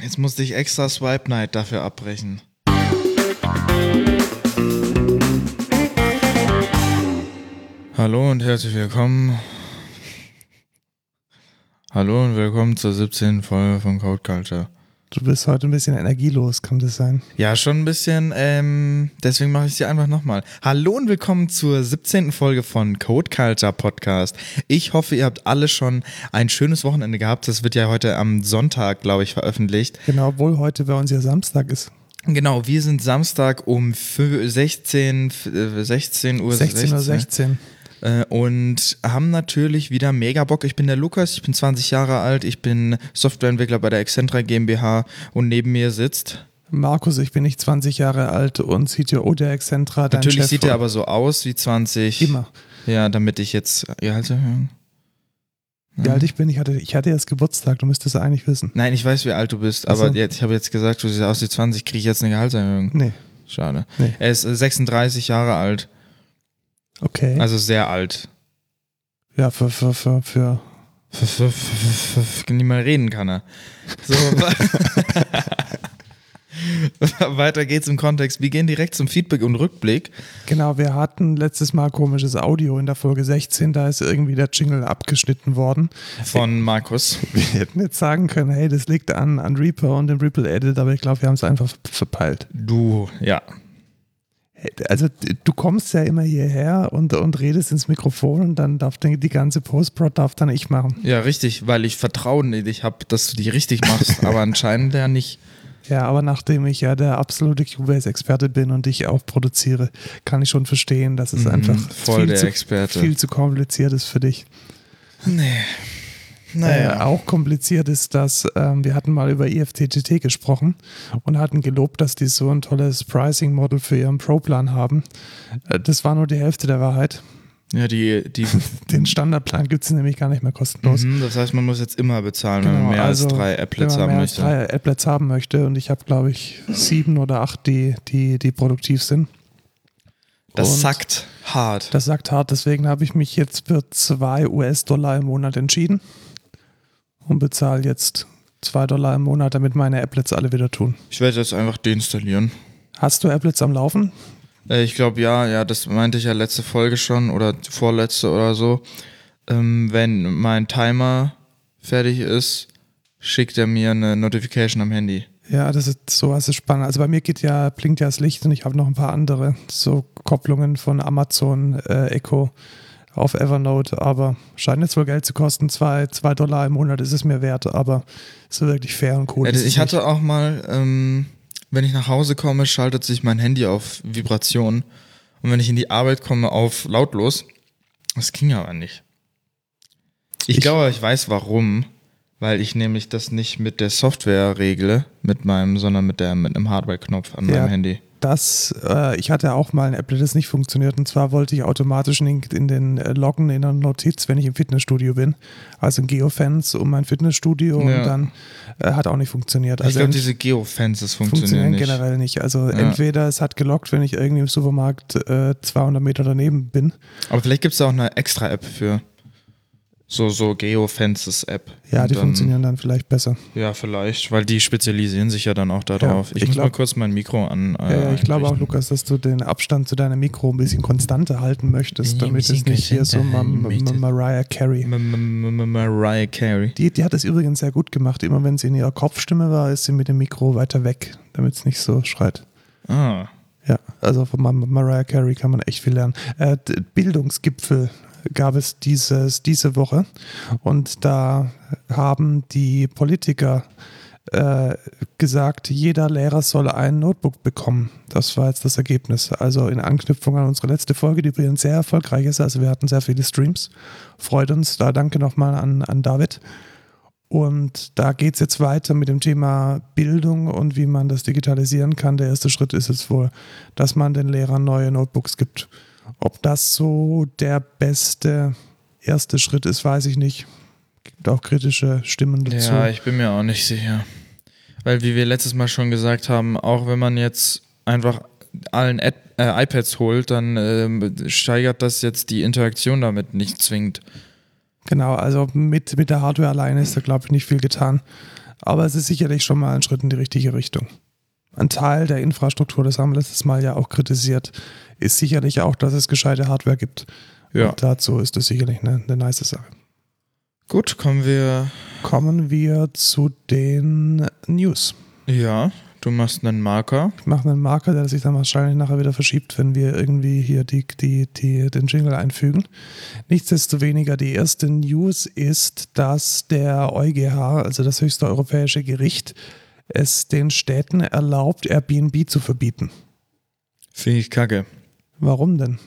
Jetzt musste ich extra Swipe Night dafür abbrechen. Hallo und herzlich willkommen. Hallo und willkommen zur 17. Folge von Code Culture. Du bist heute ein bisschen energielos, kann das sein? Ja, schon ein bisschen. Ähm, deswegen mache ich sie einfach nochmal. Hallo und willkommen zur 17. Folge von Code Culture Podcast. Ich hoffe, ihr habt alle schon ein schönes Wochenende gehabt. Das wird ja heute am Sonntag, glaube ich, veröffentlicht. Genau, obwohl heute bei uns ja Samstag ist. Genau, wir sind Samstag um fü- 16, f- äh, 16 Uhr 16.16 Uhr. ne? 16. Äh, und haben natürlich wieder mega Bock. Ich bin der Lukas, ich bin 20 Jahre alt, ich bin Softwareentwickler bei der Excentra GmbH und neben mir sitzt. Markus, ich bin nicht 20 Jahre alt und CTO der Excentra. Dein Natürlich Chef sieht er von- aber so aus wie 20. Immer. Ja, damit ich jetzt Gehaltserhöhung. Wie Mhm. alt ich bin, ich hatte, ich hatte erst Geburtstag, du müsstest ja eigentlich wissen. Nein, ich weiß, wie alt du bist, Ach so. aber jetzt, ich habe jetzt gesagt, du siehst aus wie 20, kriege ich jetzt eine Gehaltserhöhung. Nee, Schade. Nee. Er ist äh, 36 Jahre alt, okay. also sehr alt. ja, für, für, für, für. F- f- f- f- f- Nicht mal reden kann er. So, wa- Weiter geht's im Kontext. Wir gehen direkt zum Feedback und Rückblick. Genau, wir hatten letztes Mal komisches Audio in der Folge 16, da ist irgendwie der Jingle abgeschnitten worden. von Markus. Wir hätten jetzt sagen können, hey, das liegt an, an Reaper und dem Ripple Edit, aber ich glaube, wir haben es einfach ver- verpeilt. Du, ja. Also d- du kommst ja immer hierher und, und redest ins Mikrofon und dann darf die, die ganze Post-Prod darf dann ich machen. Ja, richtig, weil ich Vertrauen in dich habe, dass du die richtig machst, aber anscheinend ja nicht. Ja, aber nachdem ich ja der absolute Cubase-Experte bin und ich auch produziere, kann ich schon verstehen, dass es Mhm, einfach voll viel, der zu, Experte. viel zu kompliziert ist für dich. Nee. Äh, auch kompliziert ist, dass ähm, wir hatten mal über IFTTT gesprochen und hatten gelobt, dass die so ein tolles Pricing-Model für ihren Pro-Plan haben. Äh, das war nur die Hälfte der Wahrheit. Ja, die, die Den Standardplan gibt es nämlich gar nicht mehr kostenlos. Mhm, das heißt, man muss jetzt immer bezahlen, wenn Genau, man mehr also, als drei Applets wenn man haben mehr als möchte. drei Applets haben möchte. Und ich habe, glaube ich, sieben oder acht, die, die, die produktiv sind. Das Und sackt hart. Das sagt hart. Deswegen habe ich mich jetzt für zwei US-Dollar im Monat entschieden und bezahle jetzt zwei Dollar im Monat, damit meine Applets alle wieder tun. Ich werde jetzt einfach deinstallieren. Hast du Applets am Laufen? Äh, ich glaube, ja, ja, das meinte ich ja letzte Folge schon oder vorletzte oder so. Ähm, wenn mein Timer fertig ist, schickt er mir eine Notification am Handy. Ja, das ist sowas ist spannend. Also bei mir geht ja, blinkt ja das Licht und ich habe noch ein paar andere so Kopplungen von Amazon äh, Echo auf Evernote, aber scheint jetzt wohl Geld zu kosten. Zwei, zwei Dollar im Monat ist es mir wert, aber so wirklich fair und cool. Ja, Oh, ist das, es ich hatte auch mal, ähm, wenn ich nach Hause komme, schaltet sich mein Handy auf Vibration. Und wenn ich in die Arbeit komme, auf lautlos. Das ging aber nicht. Ich, Ich- glaube, ich weiß warum. Weil ich nämlich das nicht mit der Software regle, mit meinem, sondern mit, der, mit einem Hardware-Knopf an Ja. meinem Handy. Das, äh, ich hatte auch mal ein Applet, das nicht funktioniert. Und zwar wollte ich automatisch in den, in den äh, Loggen in der Notiz, wenn ich im Fitnessstudio bin. Also in Geofence um mein Fitnessstudio Ja. und dann äh, hat auch nicht funktioniert. ich Also glaube, ent- diese Geofences funktionieren funktionieren nicht. generell nicht. Also Ja. entweder es hat gelockt, wenn ich irgendwie im Supermarkt äh, 200 Meter daneben bin. Aber vielleicht gibt es da auch eine extra App für. So, so Geofences-App. Ja, Und die dann- funktionieren dann vielleicht besser. Ja, vielleicht, weil die spezialisieren sich ja dann auch darauf. ich, ich muss glaub- mal kurz mein Mikro an. äh, Ja, ja, ich glaube auch, einrichten. Lukas, dass du den Abstand zu deinem Mikro ein bisschen konstanter halten möchtest, Ja, ein damit es bisschen nicht hier so Ma konstanter halten Ma Ma möchtest. Mariah Carey. M- M- M- M- Mariah Carey. Die, die hat es übrigens sehr gut gemacht. Immer wenn sie in ihrer Kopfstimme war, ist sie mit dem Mikro weiter weg, damit es nicht so schreit. Ah, Ja, also von Ma- Ma- Mariah Carey kann man echt viel lernen. Äh, d- Bildungsgipfel gab es dieses, diese Woche und da haben die Politiker äh, gesagt, jeder Lehrer soll ein Notebook bekommen. Das war jetzt das Ergebnis. Also in Anknüpfung an unsere letzte Folge, die übrigens sehr erfolgreich ist. Also wir hatten sehr viele Streams. Freut uns. Da danke nochmal an, an David. Und da geht es jetzt weiter mit dem Thema Bildung und wie man das digitalisieren kann. Der erste Schritt ist jetzt wohl, dass man den Lehrern neue Notebooks gibt. Ob das so der beste erste Schritt ist, weiß ich nicht. Gibt auch kritische Stimmen dazu. ja, ich bin mir auch nicht sicher. Weil, wie wir letztes Mal schon gesagt haben, auch wenn man jetzt einfach allen Ad äh, iPads holt, dann ähm, steigert das jetzt die Interaktion damit nicht zwingend. Genau, also mit, mit der Hardware alleine ist da, glaube ich, nicht viel getan. Aber es ist sicherlich schon mal ein Schritt in die richtige Richtung. Ein Teil der Infrastruktur, das haben wir letztes Mal ja auch kritisiert, ist sicherlich auch, dass es gescheite Hardware gibt. Ja. Und dazu ist das sicherlich eine, eine nice Sache. Gut, kommen wir. Kommen wir zu den News. Ja, du machst einen Marker. Ich mache einen Marker, der sich dann wahrscheinlich nachher wieder verschiebt, wenn wir irgendwie hier die, die, die, den Jingle einfügen. Nichtsdestoweniger, die erste News ist, dass der EuGH, also das höchste europäische Gericht, es den Städten erlaubt, Airbnb zu verbieten. Finde ich kacke. Warum denn?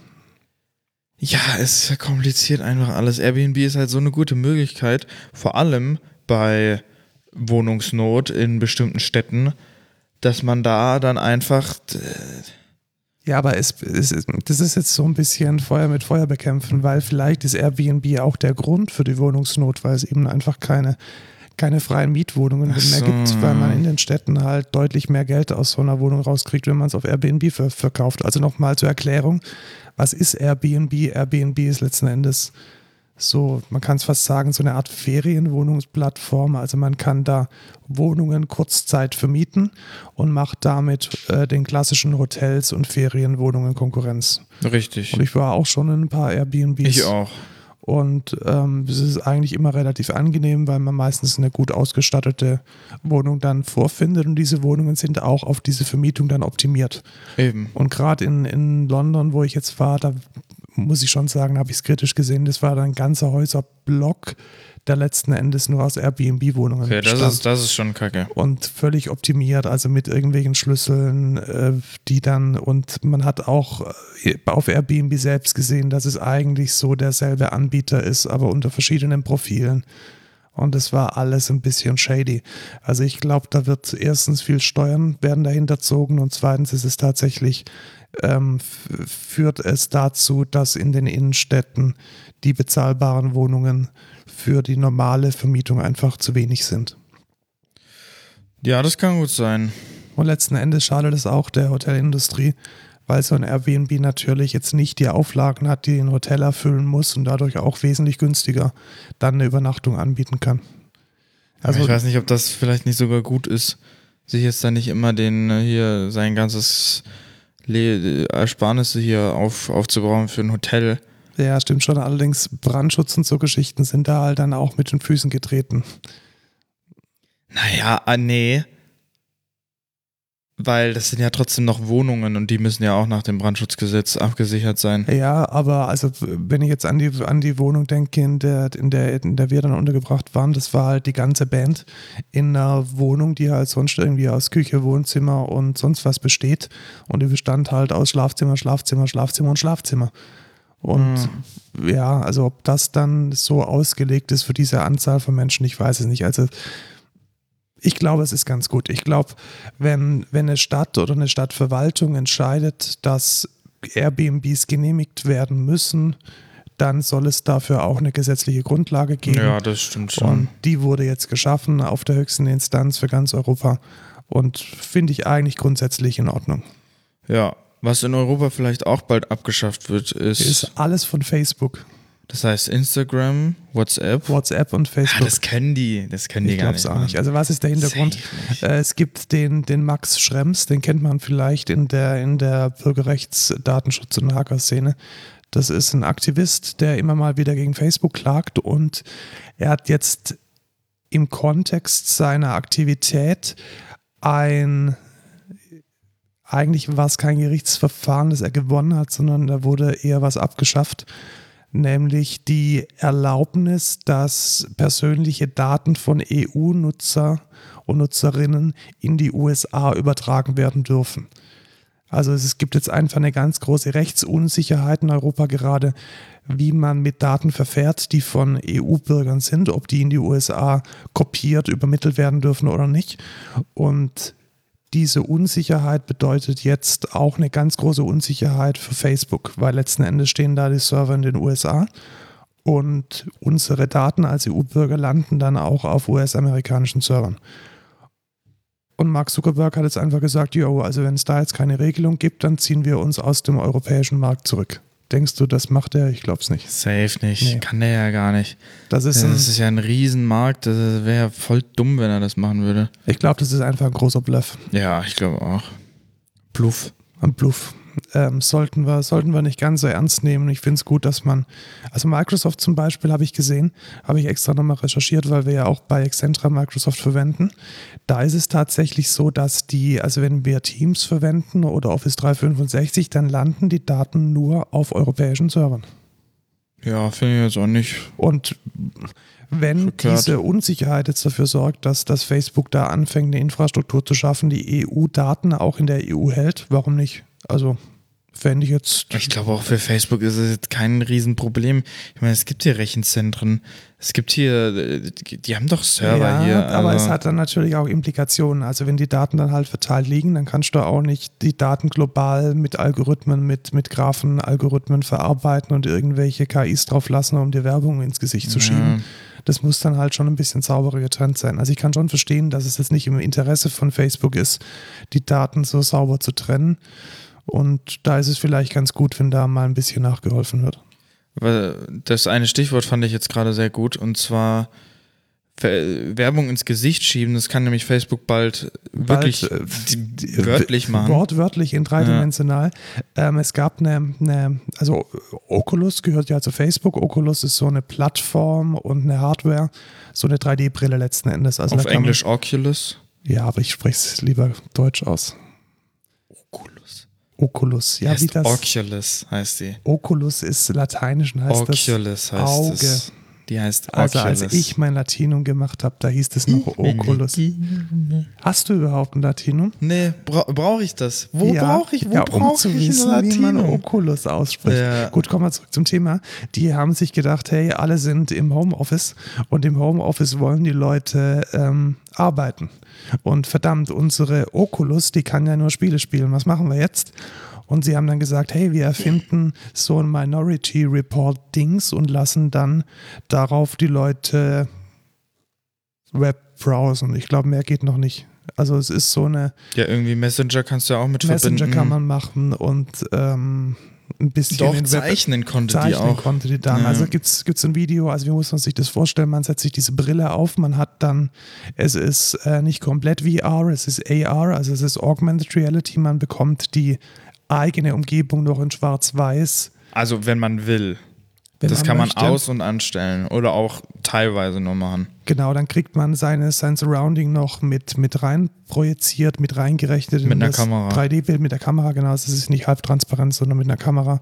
Ja, es verkompliziert einfach alles. Airbnb ist halt so eine gute Möglichkeit, vor allem bei Wohnungsnot in bestimmten Städten, dass man da dann einfach. äh, Ja, aber es, es, ist- das ist jetzt so ein bisschen Feuer mit Feuer bekämpfen, weil vielleicht ist Airbnb auch der Grund für die Wohnungsnot, weil es eben einfach keine, keine freien Mietwohnungen Ach mehr so, gibt, weil man ja. in den Städten halt deutlich mehr Geld aus so einer Wohnung rauskriegt, wenn man es auf Airbnb ver verkauft. Also nochmal zur Erklärung, was ist Airbnb? Airbnb ist letzten Endes so, man kann es fast sagen, so eine Art Ferienwohnungsplattform. Also man kann da Wohnungen kurzzeit vermieten und macht damit äh, den klassischen Hotels und Ferienwohnungen Konkurrenz. Richtig. Und ich war auch schon in ein paar Airbnbs. Ich auch. Und ähm, es ist eigentlich immer relativ angenehm, weil man meistens eine gut ausgestattete Wohnung dann vorfindet. Und diese Wohnungen sind auch auf diese Vermietung dann optimiert. Eben. Und gerade in, in London, wo ich jetzt war, da muss ich schon sagen, habe ich es kritisch gesehen. Das war dann ein ganzer Häuserblock, der letzten Endes nur aus Airbnb-Wohnungen Okay, das bestand. ist, das ist schon kacke. und völlig optimiert, also mit irgendwelchen Schlüsseln, äh, die dann und man hat auch äh, auf Airbnb selbst gesehen, dass es eigentlich so derselbe Anbieter ist, aber unter verschiedenen Profilen. Und es war alles ein bisschen shady. Also ich glaube, da wird erstens viel Steuern werden dahinterzogen und zweitens ist es tatsächlich ähm, f- führt es dazu, dass in den Innenstädten die bezahlbaren Wohnungen für die normale Vermietung einfach zu wenig sind. Ja, das kann gut sein. Und letzten Endes schadet es auch der Hotelindustrie, weil so ein Airbnb natürlich jetzt nicht die Auflagen hat, die ein Hotel erfüllen muss und dadurch auch wesentlich günstiger dann eine Übernachtung anbieten kann. Also Also ich weiß nicht, ob das vielleicht nicht sogar gut ist, sich jetzt da nicht immer den äh, hier sein ganzes Le äh, Ersparnisse hier auf, aufzubrauchen für ein Hotel. ja, stimmt schon. Allerdings Brandschutz und so Geschichten sind da halt dann auch mit den Füßen getreten. Naja, ah, nee. Weil das sind ja trotzdem noch Wohnungen und die müssen ja auch nach dem Brandschutzgesetz abgesichert sein. Ja, aber also wenn ich jetzt an die, an die Wohnung denke, in der, in, der, in der wir dann untergebracht waren, das war halt die ganze Band in einer Wohnung, die halt sonst irgendwie aus Küche, Wohnzimmer und sonst was besteht. Und die bestand halt aus Schlafzimmer, Schlafzimmer, Schlafzimmer und Schlafzimmer. Hm. Und ja, also ob das dann so ausgelegt ist für diese Anzahl von Menschen, ich weiß es nicht. Also ich glaube, es ist ganz gut. Ich glaube, wenn, wenn eine Stadt oder eine Stadtverwaltung entscheidet, dass Airbnbs genehmigt werden müssen, dann soll es dafür auch eine gesetzliche Grundlage geben. Ja, das stimmt Und schon. die wurde jetzt geschaffen auf der höchsten Instanz für ganz Europa und finde ich eigentlich grundsätzlich in Ordnung. Ja. Was in Europa vielleicht auch bald abgeschafft wird, ist, Ist alles von Facebook, das heißt Instagram, WhatsApp. WhatsApp und Ah, Facebook. das kennen die, das kennen die ich gar glaube es nicht. auch nicht. Also was ist der Hintergrund? Safe nicht. Äh, Es gibt den, den Max Schrems, den kennt man vielleicht in der, in der Bürgerrechts-, Datenschutz- und Hacker-Szene. Das ist ein Aktivist, der immer mal wieder gegen Facebook klagt und er hat jetzt im Kontext seiner Aktivität ein, eigentlich war es kein Gerichtsverfahren, das er gewonnen hat, sondern da wurde eher was abgeschafft, nämlich die Erlaubnis, dass persönliche Daten von EU-Nutzer und Nutzerinnen in die USA übertragen werden dürfen. Also es gibt jetzt einfach eine ganz große Rechtsunsicherheit in Europa gerade, wie man mit Daten verfährt, die von EU-Bürgern sind, ob die in die USA kopiert, übermittelt werden dürfen oder nicht. Und diese Unsicherheit bedeutet jetzt auch eine ganz große Unsicherheit für Facebook, weil letzten Endes stehen da die Server in den USA und unsere Daten als EU-Bürger landen dann auch auf US-amerikanischen Servern. Und Mark Zuckerberg hat jetzt einfach gesagt, jo, also wenn es da jetzt keine Regelung gibt, dann ziehen wir uns aus dem europäischen Markt zurück. Denkst du, das macht er? Ich glaube es nicht. Safe nicht. Nee. Kann der ja gar nicht. Das ist Das ein, ist ja ein Riesenmarkt. Das wäre ja voll dumm, wenn er das machen würde. ich glaube, das ist einfach ein großer Bluff. Ja, ich glaube auch. Bluff. Ein Bluff. Ähm, sollten, wir, sollten wir nicht ganz so ernst nehmen. Ich finde es gut, dass man, also Microsoft zum Beispiel habe ich gesehen, habe ich extra nochmal recherchiert, weil wir ja auch bei Excentra Microsoft verwenden. Da ist es tatsächlich so, dass die, also wenn wir Teams verwenden oder Office 365, dann landen die Daten nur auf europäischen Servern. Ja, finde ich jetzt auch nicht. Und wenn Verkehrt. diese Unsicherheit jetzt dafür sorgt, dass, dass Facebook da anfängt, eine Infrastruktur zu schaffen, die EU-Daten auch in der EU hält, warum nicht? Also fände ich jetzt. Ich glaube auch für Facebook ist es jetzt kein Riesenproblem. Ich meine, es gibt hier Rechenzentren. Es gibt hier, äh, die die haben doch Server ja, hier. aber also- es hat dann natürlich auch Implikationen. Also wenn die Daten dann halt verteilt liegen, dann kannst du auch nicht die Daten global mit Algorithmen, mit, mit Graphen, Algorithmen verarbeiten und irgendwelche KIs drauf lassen, um dir Werbung ins Gesicht zu schieben. Das muss dann halt schon ein bisschen sauberer getrennt sein. Also ich kann schon verstehen, dass es jetzt nicht im Interesse von Facebook ist, die Daten so sauber zu trennen. Und da ist es vielleicht ganz gut, wenn da mal ein bisschen nachgeholfen wird. Weil Das eine Stichwort fand ich jetzt gerade sehr gut und zwar Ver- Werbung ins Gesicht schieben. Das kann nämlich Facebook bald, wirklich äh, die- wörtlich machen. Wortwörtlich in dreidimensional. Ähm, es gab eine, eine, also Oculus gehört ja zu Facebook. Oculus ist so eine Plattform und eine Hardware, so eine 3D-Brille letzten Endes. Also da Auf kann man- Englisch Oculus. Ja, aber ich spreche es lieber deutsch aus. Oculus. Oculus. Ja, wie heißt das? Oculus heißt die. Oculus ist lateinisch und heißt das. Oculus heißt Auge. es. Die heißt Oculus. Also als ich mein Latinum gemacht habe, da hieß es noch Oculus. Hast du überhaupt ein Latinum? Nee, bra brauche ich das? Wo brauche ich, wo ja, um brauche zu ich wissen, ein wie man um- Latinum? Oculus ausspricht. Ja. Gut, kommen wir zurück zum Thema. Die haben sich gedacht, hey, alle sind im Homeoffice und im Homeoffice wollen die Leute ähm, arbeiten. Und verdammt, unsere Oculus, die kann ja nur Spiele spielen. Was machen wir jetzt? Und sie haben dann gesagt, hey, wir erfinden so ein Minority Report Dings und lassen dann darauf die Leute Web browsen. Ich glaube, mehr geht noch nicht. Also es ist so eine Ja, irgendwie Messenger kannst du ja auch mit Messenger verbinden. kann man machen und ähm, ein bisschen Doch, den Web zeichnen konnte die zeichnen auch. konnte die dann. Ja. Also gibt es ein Video, also wie muss man sich das vorstellen? Man setzt sich diese Brille auf, man hat dann, es ist äh, nicht komplett VR, es ist AR, also es ist Augmented Reality, man bekommt die eigene Umgebung noch in Schwarz-Weiß. Also, wenn man will. wenn das kann man möchte. aus- und anstellen oder auch teilweise nur machen. Genau, dann kriegt man seine, sein Surrounding noch mit, mit rein projiziert, mit reingerechnet. in Mit einer das Kamera. 3D-Bild mit der Kamera, genau. Es ist nicht halbtransparent, sondern mit einer Kamera.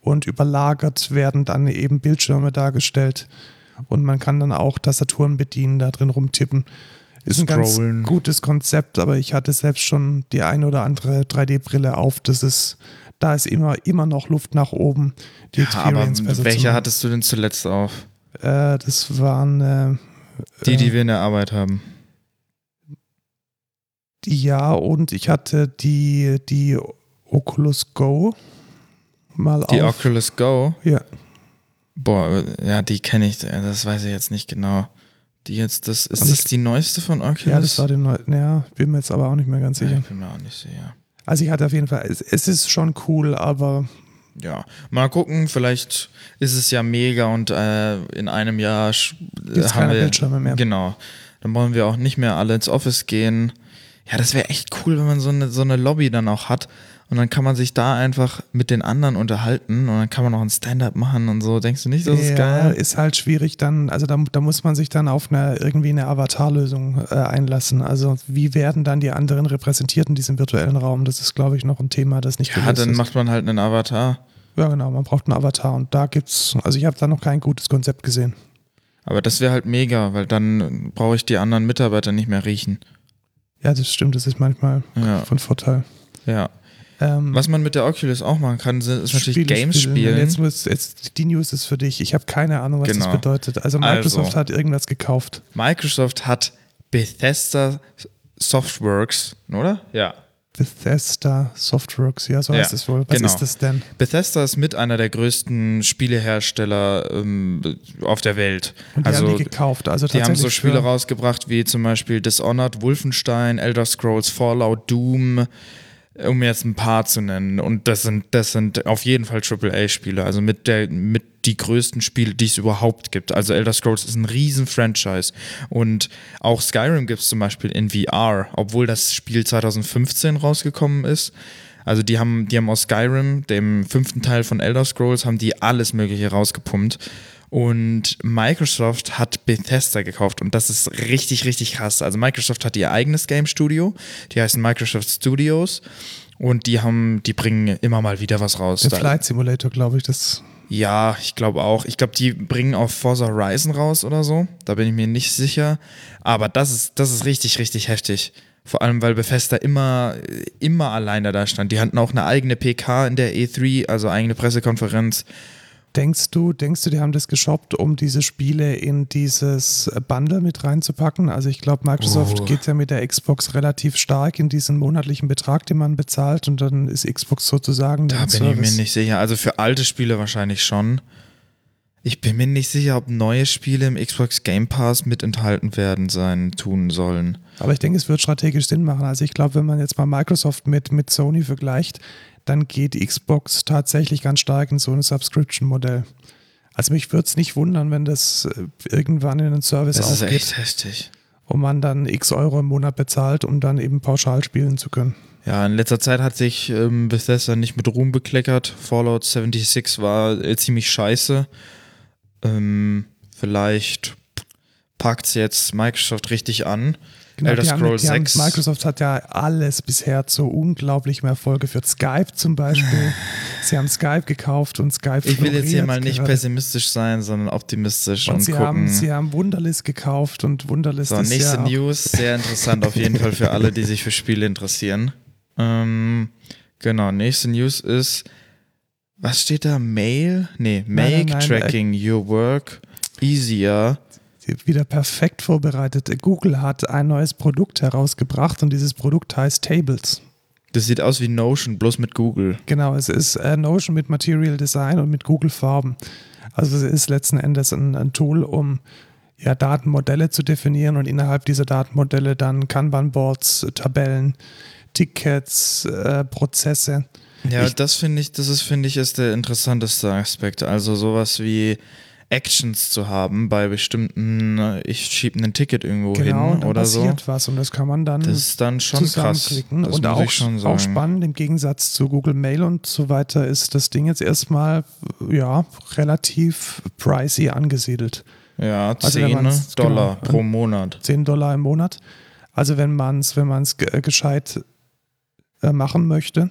Und überlagert werden dann eben Bildschirme dargestellt. Und man kann dann auch Tastaturen bedienen, da drin rumtippen. Ist ein ganz Scrollen. gutes Konzept, aber ich hatte selbst schon die eine oder andere 3D-Brille auf. Das ist, da ist immer, immer noch Luft nach oben. Die Ja, aber Experience besser zu welche machen. hattest du denn zuletzt auf? Äh, das waren. Äh, Die, äh, die wir in der Arbeit haben. Ja, und ich hatte die, die Oculus Go mal Die auf. Oculus Go. Ja. Boah, ja, die kenne ich, äh, das weiß ich jetzt nicht genau. Die jetzt, das ist Und ich- das die neueste von Oculus? ja, das war den neuen. Ja, bin mir jetzt aber auch nicht mehr ganz Ja, sicher. Ich bin mir auch nicht sicher. Also ich hatte auf jeden Fall, es, es ist schon cool, aber Ja, mal gucken, vielleicht ist es ja mega und äh, in einem Jahr sch- äh, Gibt's keine Bildschirme mehr. Genau. Dann wollen wir auch nicht mehr alle ins Office gehen. Ja, das wäre echt cool, wenn man so eine, so eine Lobby dann auch hat. Und dann kann man sich da einfach mit den anderen unterhalten und dann kann man auch ein Stand-up machen und so. Denkst du nicht, das ist ja, geil? ist halt schwierig dann, also da, da muss man sich dann auf eine irgendwie eine Avatar-Lösung äh, einlassen. Also wie werden dann die anderen repräsentiert in diesem virtuellen Raum? Das ist, glaube ich, noch ein Thema, das nicht Ja, gelöst dann ist. macht man halt einen Avatar. Ja, genau, man braucht einen Avatar und da gibt's, also ich habe da noch kein gutes Konzept gesehen. Aber das wäre halt mega, weil dann brauche ich die anderen Mitarbeiter nicht mehr riechen. Ja, das stimmt, das ist manchmal Ja, von Vorteil. ja. Ähm, Was man mit der Oculus auch machen kann, sind- ist natürlich Spiele Games spielen. Jetzt, muss, jetzt die News ist für dich. Ich habe keine Ahnung, was Genau. das bedeutet. Also Microsoft Also. hat irgendwas gekauft. Microsoft hat Bethesda Softworks, oder? Ja. Bethesda Softworks, ja, so Ja, heißt es wohl. Was genau. ist das denn? Bethesda ist mit einer der größten Spielehersteller ähm, auf der Welt. Und die haben also die gekauft. Also die haben tatsächlich so Spiele für- rausgebracht wie zum Beispiel Dishonored, Wolfenstein, Elder Scrolls, Fallout, Doom, um jetzt ein paar zu nennen. Und das sind, das sind auf jeden Fall AAA-Spiele, also mit, der, mit die größten Spiele, die es überhaupt gibt. Also Elder Scrolls ist ein riesen Franchise. Und auch Skyrim gibt es zum Beispiel in VR, obwohl das Spiel 2015 rausgekommen ist. Also die haben, die haben aus Skyrim, dem fünften Teil von Elder Scrolls, haben die alles Mögliche rausgepumpt. Und Microsoft hat Bethesda gekauft und das ist richtig, richtig krass. Also Microsoft hat ihr eigenes Game Studio, die heißen Microsoft Studios und die haben, die bringen immer mal wieder was raus. Der Flight Simulator, glaube ich, das. Ja, ich glaube auch. Ich glaube, die bringen auch Forza Horizon raus oder so. Da bin ich mir nicht sicher. Aber das ist, das ist richtig, richtig heftig. Vor allem, weil Bethesda immer, immer alleine da stand. Die hatten auch eine eigene PK in der E3, also eigene Pressekonferenz. Denkst du, denkst du, die haben das geshoppt, um diese Spiele in dieses Bundle mit reinzupacken? Also ich glaube, Microsoft Oh. geht ja mit der Xbox relativ stark in diesen monatlichen Betrag, den man bezahlt und dann ist Xbox sozusagen Da der bin ich mir nicht sicher. Also für alte Spiele wahrscheinlich schon. Ich bin mir nicht sicher, ob neue Spiele im Xbox Game Pass mit enthalten werden sein, tun sollen. Aber ich denke, es wird strategisch Sinn machen. Also ich glaube, wenn man jetzt mal Microsoft mit, mit Sony vergleicht, dann geht Xbox tatsächlich ganz stark in so ein Subscription-Modell. Also mich würde es nicht wundern, wenn das äh, irgendwann in einen Service Das ist aufgeht echt heftig. und man dann x Euro im Monat bezahlt, um dann eben pauschal spielen zu können. Ja, in letzter Zeit hat sich ähm, Bethesda nicht mit Ruhm bekleckert. Fallout 76 war äh, ziemlich scheiße. Ähm, vielleicht packt es jetzt Microsoft richtig an. Elder Genau, die haben- Scrolls die haben- 6. Microsoft hat ja alles bisher zu unglaublichem Erfolg geführt. Skype zum Beispiel. Sie haben Skype gekauft und Skype Ich will jetzt hier floriert mal nicht gerade. pessimistisch sein, sondern optimistisch und, Und sie gucken. haben, sie haben Wunderlist gekauft und Wunderlist So, ist nächste ja auch- News, sehr interessant auf jeden Fall für alle, die sich für Spiele interessieren. Ähm, genau, nächste News ist, was steht da? Mail? Nee, Nein, Make nein, nein, Tracking Your Work Easier. wieder perfekt vorbereitet. Google hat ein neues Produkt herausgebracht und dieses Produkt heißt Tables. Das sieht aus wie Notion, bloß mit Google. Genau, es ist äh, Notion mit Material Design und mit Google Farben. Also es ist letzten Endes ein, ein Tool, um ja, Datenmodelle zu definieren und innerhalb dieser Datenmodelle dann Kanban-Boards, Tabellen, Tickets, äh, Prozesse. Ja, Ich- das finde ich, das ist, finde ich, ist der interessanteste Aspekt. Also sowas wie Actions zu haben bei bestimmten, äh, ich schiebe ein Ticket irgendwo genau, und hin dann oder so. passiert was und das kann man dann Das ist dann schon krass. zusammenklicken. Das und muss auch, ich schon sagen. auch spannend, im Gegensatz zu Google Mail und so weiter, ist das Ding jetzt erstmal ja, relativ pricey angesiedelt. Ja, Also wenn 10 man's- Dollar genau. pro Monat. 10 Dollar im Monat. Also wenn man es wenn man's ge äh, gescheit äh, machen möchte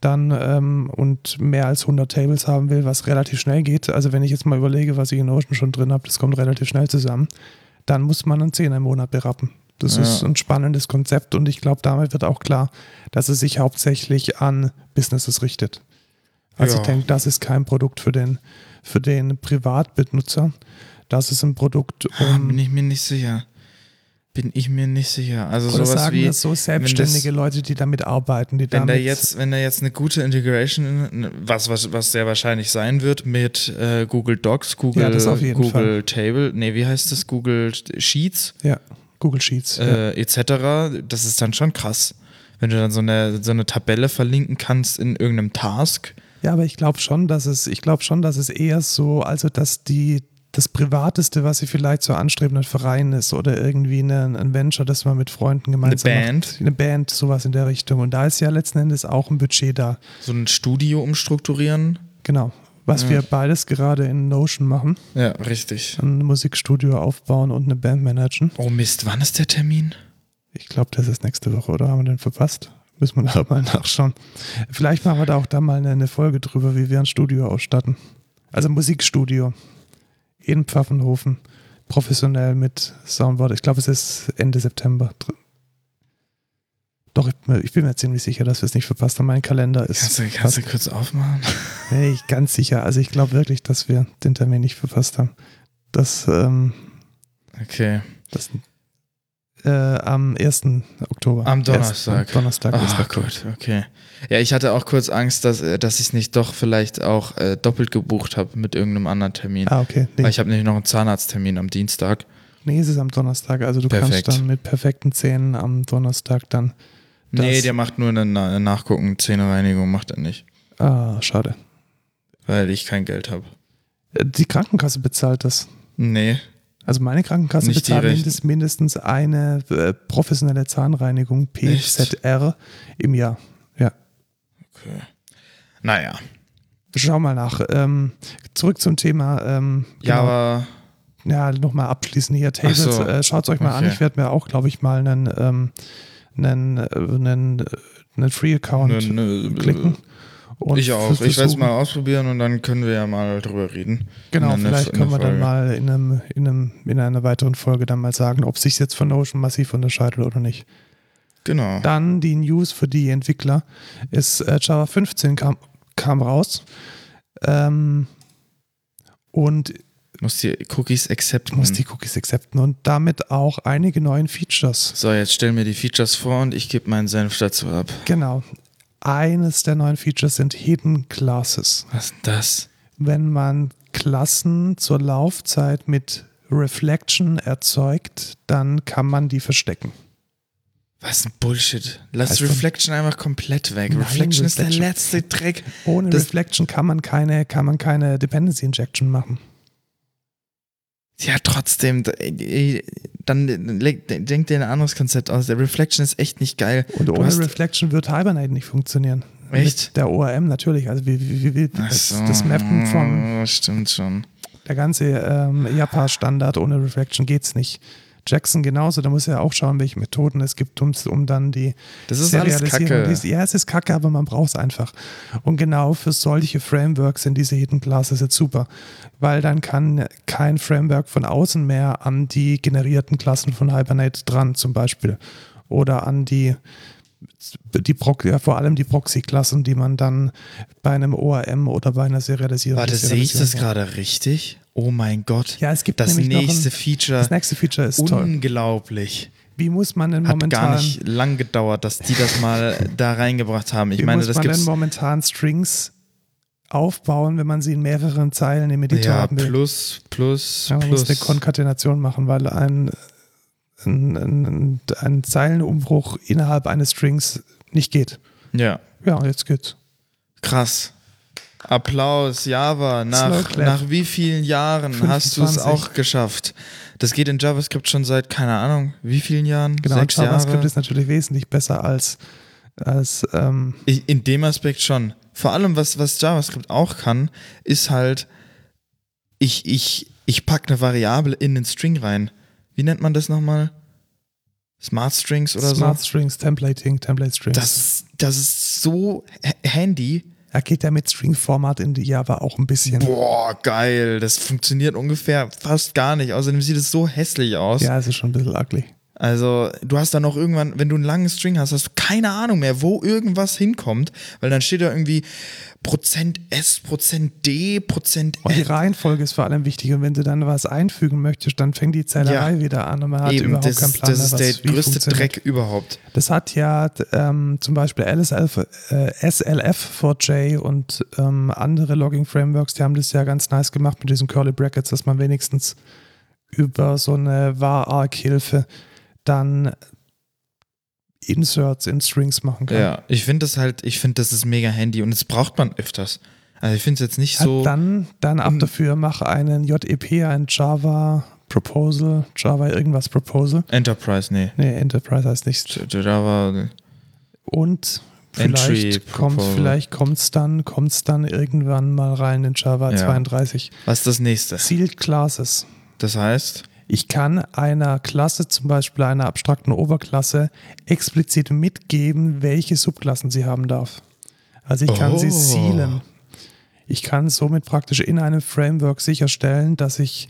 dann ähm, und mehr als 100 Tables haben will, was relativ schnell geht, also wenn ich jetzt mal überlege, was ich in Notion schon drin habe, das kommt relativ schnell zusammen, dann muss man einen 10 im Monat berappen. Das Ja. ist ein spannendes Konzept und ich glaube, damit wird auch klar, dass es sich hauptsächlich an Businesses richtet. Also Ja. ich denke, das ist kein Produkt für den, für den Privatbenutzer. Das ist ein Produkt, Ah, um bin ich mir nicht sicher. Bin ich mir nicht sicher. Also Oder sowas sagen wie, das so selbstständige Leute, die damit arbeiten, die wenn da damit jetzt, wenn da jetzt eine gute Integration, ne, was, was, was sehr wahrscheinlich sein wird, mit äh, Google Docs, Google, Ja, das auf jeden Google Table, nee, wie heißt das? Google Sheets ja, Google Sheets. ja. äh, etc., das ist dann schon krass. Wenn du dann so eine, so eine Tabelle verlinken kannst in irgendeinem Task. Ja, aber ich glaube schon, dass es, ich glaube schon, dass es eher so, also dass die das Privateste, was sie vielleicht so anstreben, ein Verein ist oder irgendwie eine, ein Venture, das man mit Freunden gemeinsam Band. macht. Eine Band, sowas in der Richtung. Und da ist ja letzten Endes auch ein Budget da. So ein Studio umstrukturieren. Genau. Was Ja. wir beides gerade in Notion machen. Ja, richtig. Ein Musikstudio aufbauen und eine Band managen. Oh Mist, wann ist der Termin? Ich glaube, das ist nächste Woche, oder? Haben wir den verpasst? Müssen wir da mal nachschauen. Vielleicht machen wir da auch da mal eine, eine Folge drüber, wie wir ein Studio ausstatten. Also Musikstudio in Pfaffenhofen. Professionell mit Soundboard. Ich glaube, es ist Ende September. dr- Doch, ich, bin mir- ich bin mir ziemlich sicher, dass wir es nicht verpasst haben. Mein Kalender ist Kannst du, kannst du kurz aufmachen? Nee, ich ganz sicher. Also ich glaube wirklich, dass wir den Termin nicht verpasst haben. Das, ähm, Okay. das äh, am 1. Oktober. Am Erst- Donnerstag. am Donnerstag ist Ah, der Oktober. gut, okay. Ja, ich hatte auch kurz Angst, dass, äh, dass ich es nicht doch vielleicht auch äh, doppelt gebucht habe mit irgendeinem anderen Termin. Ah, okay. Nee, Weil ich habe nämlich noch einen Zahnarzttermin am Dienstag. nee, es ist am Donnerstag. Also du Perfekt. kannst dann mit perfekten Zähnen am Donnerstag dann Nee, der macht nur eine Na- Nachgucken, Zähnereinigung macht er nicht, Ah, schade. weil ich kein Geld habe. Äh, Die Krankenkasse bezahlt das. Nee. Also meine Krankenkasse Nicht bezahlt direkt. mindest, mindestens eine äh, professionelle Zahnreinigung PZR im Jahr. Ja. Okay. Naja. Schau mal nach. Ähm, zurück zum Thema. Ähm, Ja, aber Ja, nochmal abschließen hier. Tables, Ach so. äh, schaut es euch mal an. Okay. Ich werde mir auch, glaube ich, mal einen, ähm, einen, äh, einen, äh, einen Free-Account nö, nö, klicken. Und ich auch. Ich werde es versuchen- mal ausprobieren und dann können wir ja mal drüber reden. Genau, In der vielleicht nächsten können wir dann Folge. mal in, einem, in, einem, in einer weiteren Folge dann mal sagen, ob sich jetzt von Notion massiv unterscheidet oder nicht. Genau. Dann die News für die Entwickler ist äh, Java 15 kam, kam raus. Ähm, und Muss die Cookies accepten. muss die Cookies accepten und damit auch einige neuen Features. so, jetzt stell mir die Features vor und ich gebe meinen Senf dazu ab. Genau. Eines der neuen Features sind Hidden Classes. Was ist denn das? Wenn man Klassen zur Laufzeit mit Reflection erzeugt, dann kann man die verstecken. Was ein Bullshit. Lass Heißt Reflection einfach komplett weg. Nein, Reflection ist der Reflection. letzte Dreck. Ohne Das- Reflection kann man keine, kann man keine Dependency Injection machen. Ja, trotzdem, d- ey, dann leg- denk dir ein anderes Konzept aus. Der Reflection ist echt nicht geil. Und Du ohne hast- Reflection wird Hibernate nicht funktionieren. Echt? Mit der ORM natürlich. Also wie, wie, wie, wie Ach das, so. Oh, das Mappen von Stimmt schon. der ganze ähm, Japa-Standard ohne Reflection geht's nicht. Jackson genauso, da muss er auch schauen, welche Methoden es gibt, um, um dann die Das ist alles Serialisierung Kacke. dies- Ja, es ist Kacke, aber man braucht es einfach. Und genau für solche Frameworks sind diese Hidden Classes jetzt super, weil dann kann kein Framework von außen mehr an die generierten Klassen von Hibernate dran, zum Beispiel. Oder an die, die Proc- ja, vor allem die Proxy-Klassen, die man dann bei einem ORM oder bei einer Serialisierung. Warte, sehe ich das Serialisierung- gerade richtig? Oh mein Gott. Ja, es gibt das nämlich noch ein- nächste Feature. Das nächste Feature ist toll. Unglaublich. Wie muss man denn Hat momentan, gar nicht lang gedauert, dass die das mal da reingebracht haben. Ich wie meine, muss das man denn gibt's momentan Strings aufbauen, wenn man sie in mehreren Zeilen im Editor ja haben will? plus plus Ja, man muss eine plus. Konkatenation machen, weil ein, ein, ein, ein Zeilenumbruch innerhalb eines Strings nicht geht. Ja, Ja, jetzt geht's. krass. Applaus, Java. Slow Nach, clap. nach wie vielen Jahren hast du es 25. auch geschafft? Das geht in JavaScript schon seit, keine Ahnung, wie vielen Jahren? Genau, Sechs und JavaScript Jahre? ist natürlich wesentlich besser als, als ähm, Ich- In dem Aspekt schon. Vor allem, was, was JavaScript auch kann, ist halt, ich, ich, ich packe eine Variable in den String rein. Wie nennt man das nochmal? Smart Strings oder Smart so? Strings, Templating, Template Strings. Das, ist- das ist so ha- handy. da geht ja mit String-Format in die Java auch ein bisschen. Boah, geil. Das funktioniert ungefähr fast gar nicht. Außerdem sieht es so hässlich aus. Ja, es ist schon ein bisschen ugly. Also, du hast dann auch irgendwann, wenn du einen langen String hast, hast du keine Ahnung mehr, wo irgendwas hinkommt, weil dann steht da irgendwie Prozent S, Prozent D, Prozent Und die Reihenfolge ist vor allem wichtig. Und wenn du dann was einfügen möchtest, dann fängt die Zählerei Ja. wieder an und man hat Eben, überhaupt das, keinen ist- Plan das mehr, ist was der wie größte funktioniert. Dreck überhaupt. Das hat ja d- ähm, zum Beispiel LSLF, äh, SLF4J und ähm, andere Logging-Frameworks, die haben das ja ganz nice gemacht mit diesen Curly Brackets, dass man wenigstens über so eine var-Arc-Hilfe dann Inserts in Strings machen kann. Ja, ich finde das halt, ich finde, das ist mega handy und das braucht man öfters. Also, ich finde es jetzt nicht Ja, so. dann, dann ab Mm. dafür, mach einen JEP, ein Java Proposal, Java irgendwas Proposal. Enterprise, nee. Nee, Enterprise heißt nicht. Java, Und Entry vielleicht kommt Proposal. vielleicht kommt's dann, kommt's dann irgendwann mal rein in Java Ja. 32. was ist das nächste? Sealed Classes. Das heißt, Ich kann einer Klasse, zum Beispiel einer abstrakten Oberklasse, explizit mitgeben, welche Subklassen sie haben darf. Also ich kann sie Oh. sealen. Ich kann somit praktisch in einem Framework sicherstellen, dass ich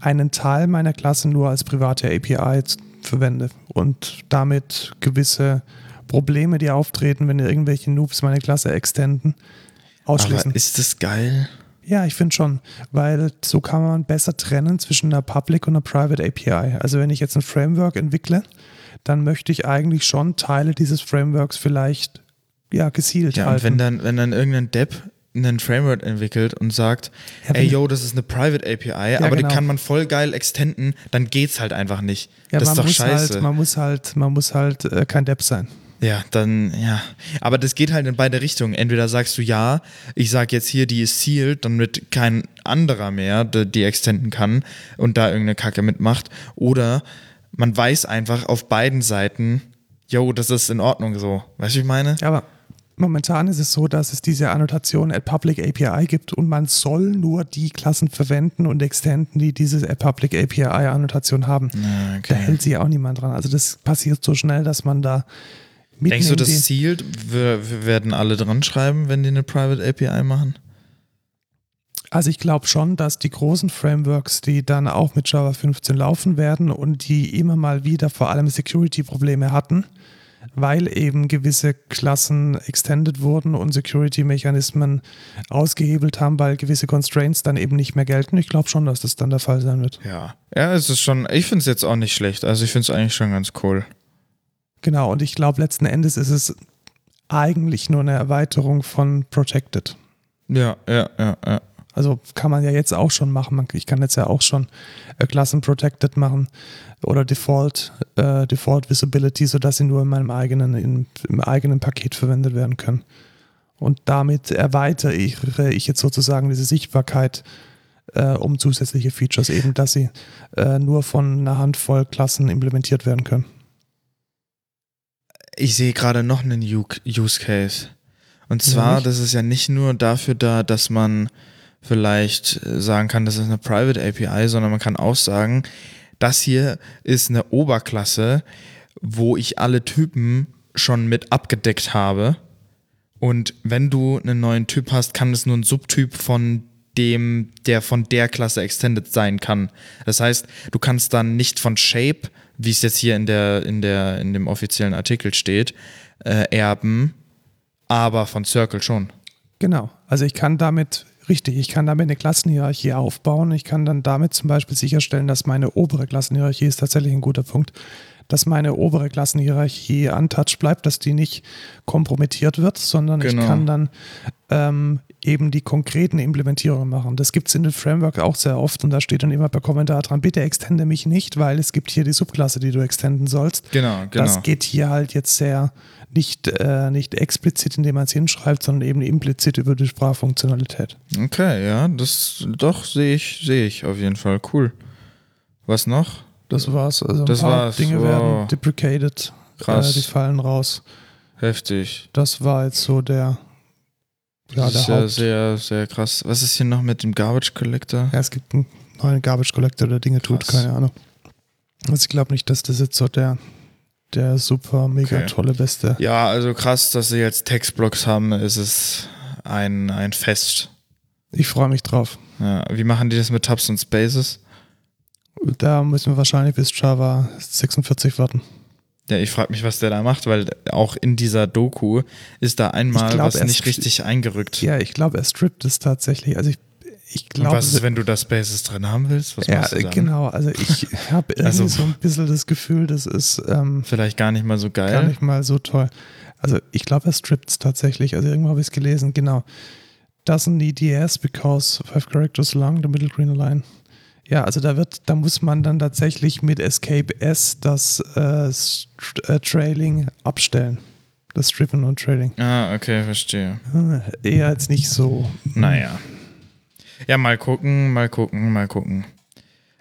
einen Teil meiner Klasse nur als private API z- verwende und damit gewisse Probleme, die auftreten, wenn irgendwelche Noobs meine Klasse extenden, ausschließen. aber ist das geil? Ja, ich finde schon, weil so kann man besser trennen zwischen einer Public und einer Private API. Also wenn ich jetzt ein Framework entwickle, dann möchte ich eigentlich schon Teile dieses Frameworks vielleicht ja gesiedelt Ja, und halten. wenn dann, wenn dann irgendein Depp einen Framework entwickelt und sagt, Ja, ey wenn- yo, das ist eine Private API, aber genau. die kann man voll geil extenden, dann geht's halt einfach nicht. ja, das ist man doch muss scheiße. halt, man muss halt, man muss halt äh, kein Depp sein. Ja, dann, ja. Aber das geht halt in beide Richtungen. Entweder sagst du ja, ich sag jetzt hier, die ist sealed, damit kein anderer mehr die, die extenden kann und da irgendeine Kacke mitmacht. Oder man weiß einfach auf beiden Seiten, yo, das ist in Ordnung so. Weißt du, wie ich meine? Ja, aber momentan ist es so, dass es diese Annotation at public API gibt und man soll nur die Klassen verwenden und extenden, die diese at public API Annotation haben. Na, Ah, okay. Da hält sich auch niemand dran. Also das passiert so schnell, dass man da mit Denkst du, das Sealed wir, wir werden alle dran schreiben, wenn die eine Private API machen? Also ich glaube schon, dass die großen Frameworks, die dann auch mit Java 15 laufen werden und die immer mal wieder vor allem Security-Probleme hatten, weil eben gewisse Klassen extended wurden und Security-Mechanismen ausgehebelt haben, weil gewisse Constraints dann eben nicht mehr gelten. Ich glaube schon, dass das dann der Fall sein wird. Ja. Ja, es ist schon, ich finde es jetzt auch nicht schlecht. Also ich finde es eigentlich schon ganz cool. Genau, und ich glaube, letzten Endes ist es eigentlich nur eine Erweiterung von Protected. Ja, ja, ja, ja. Also kann man ja jetzt auch schon machen. Man- Ich kann jetzt ja auch schon äh, Klassen Protected machen oder Default, äh, Default Visibility, sodass sie nur in meinem eigenen, in, im eigenen Paket verwendet werden können. Und damit erweitere ich, ich jetzt sozusagen diese Sichtbarkeit äh, um zusätzliche Features, eben dass sie äh, nur von einer Handvoll Klassen implementiert werden können. Ich sehe gerade noch einen U- Use Case. Und zwar, Nämlich? das ist ja nicht nur dafür da, dass man vielleicht äh, sagen kann, das ist eine Private API, sondern man kann auch sagen, das hier ist eine Oberklasse, wo ich alle Typen schon mit abgedeckt habe. Und wenn du einen neuen Typ hast, kann es nur ein Subtyp von dem, der von der Klasse extended sein kann. Das heißt, du kannst dann nicht von Shape, wie es jetzt hier in der, in der, in dem offiziellen Artikel steht, äh, erben, aber von Circle schon. Genau. Also ich kann damit, richtig, ich kann damit eine Klassenhierarchie aufbauen. Ich kann dann damit zum Beispiel sicherstellen, dass meine obere Klassenhierarchie ist tatsächlich ein guter Punkt, dass meine obere Klassenhierarchie untouched bleibt, dass die nicht kompromittiert wird, sondern Genau. ich kann dann ähm, eben die konkreten Implementierungen machen. Das gibt es in dem Framework auch sehr oft und da steht dann immer per Kommentar dran, bitte extende mich nicht, weil es gibt hier die Subklasse, die du extenden sollst. Genau, genau. Das geht hier halt jetzt sehr nicht, äh, nicht explizit, indem man es hinschreibt, sondern eben implizit über die Sprachfunktionalität. Okay, ja, das doch sehe ich, sehe ich auf jeden Fall. Cool. Was noch? Das war's. Also ein Das paar war's. Dinge Wow. werden deprecated, Krass. Äh, die fallen raus. Heftig. Das war jetzt so der, ja, das der ist ja Haupt. sehr, sehr krass. Was ist hier noch mit dem Garbage Collector? ja, es gibt einen neuen Garbage Collector, der Dinge tut, Krass. keine Ahnung. Also ich glaube nicht, dass das jetzt so der, der super, mega Okay. tolle beste. Ja, also krass, dass sie jetzt Textblocks haben, ist es ein, ein Fest. Ich freue mich drauf. Ja, wie machen die das mit Tabs und Spaces? Da müssen wir wahrscheinlich bis Java 46 warten. Ja, ich frage mich, was der da macht, weil auch in dieser Doku ist da einmal Ich glaub, was er nicht ist- richtig eingerückt. Ja, ich glaube, er strippt es tatsächlich. Also ich, ich und glaube, was ist, wenn du da Spaces drin haben willst? Was ja, machst du dann? genau. Also ich habe irgendwie Also- so ein bisschen das Gefühl, das ist ähm, Vielleicht gar nicht mal so geil. gar nicht mal so toll. Also ich glaube, er strippt es tatsächlich. Also irgendwo habe ich es gelesen, genau. Doesn't need DS because five characters long, the middle green line. Ja, also da wird, da muss man dann tatsächlich mit Escape S das äh, St- äh, Trailing abstellen. Das Strippen und Trailing. Ah, okay, verstehe. Hm, Eher jetzt nicht so. Hm. Naja. Ja, mal gucken, mal gucken, mal gucken.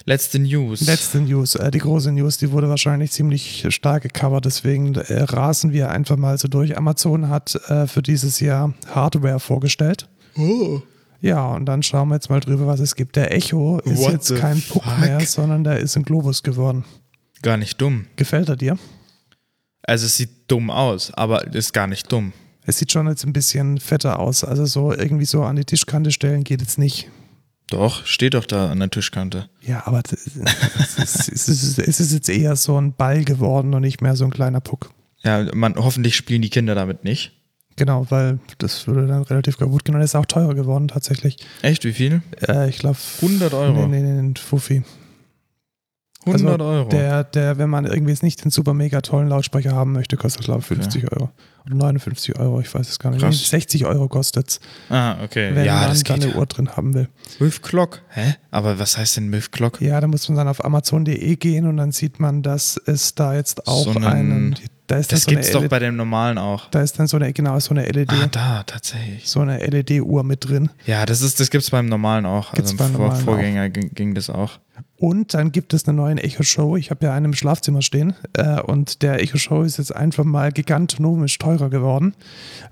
Letzte News. Letzte News, äh, die große News, die wurde wahrscheinlich ziemlich stark gecovert, deswegen äh, rasen wir einfach mal so durch. Amazon hat äh, für dieses Jahr Hardware vorgestellt. Ja, und dann schauen wir jetzt mal drüber, was es gibt. Der Echo ist What the jetzt kein Puck fuck? mehr, sondern der ist ein Globus geworden. Gar nicht dumm. Gefällt er dir? Also es sieht dumm aus, aber ist gar nicht dumm. Es sieht schon jetzt ein bisschen fetter aus. Also so irgendwie so an die Tischkante stellen geht jetzt nicht. Doch, steht doch da an der Tischkante. Ja, aber das- es ist, es ist, es ist jetzt eher so ein Ball geworden und nicht mehr so ein kleiner Puck. Ja, man, hoffentlich spielen die Kinder damit nicht. Genau, weil das würde dann relativ kaputt gehen und ist auch teurer geworden tatsächlich. Echt, wie viel? Äh, ich glaube 100 Euro. Nee, nee, nee, ein Fuffi. 100 Euro. Also Der, der, wenn man irgendwie jetzt nicht den super mega tollen Lautsprecher haben möchte, kostet glaube ich 50 Euro. Oder 59 Euro, ich weiß es gar nicht. Krass. Nee, 60 Euro kostet es, ah, okay. wenn ja, man das da geht. eine ja. Uhr drin haben will. Milf Clock. Hä? Aber was heißt denn Milf Clock? Ja, da muss man dann auf amazon.de gehen und dann sieht man, dass es da jetzt auch So einen- einen, Da ist dann Das so eine gibt's doch LED bei dem normalen auch. Da ist dann so eine, genau, so eine LED, Ah, da, tatsächlich. so eine LED-Uhr mit drin. Ja, das ist, das gibt's beim normalen auch. Gibt's also beim im Vor normalen Vorgänger Ging, ging das auch. Und dann gibt es eine neue Echo-Show. Ich habe ja einen im Schlafzimmer stehen. Äh, und der Echo-Show ist jetzt einfach mal gigantonomisch teurer geworden,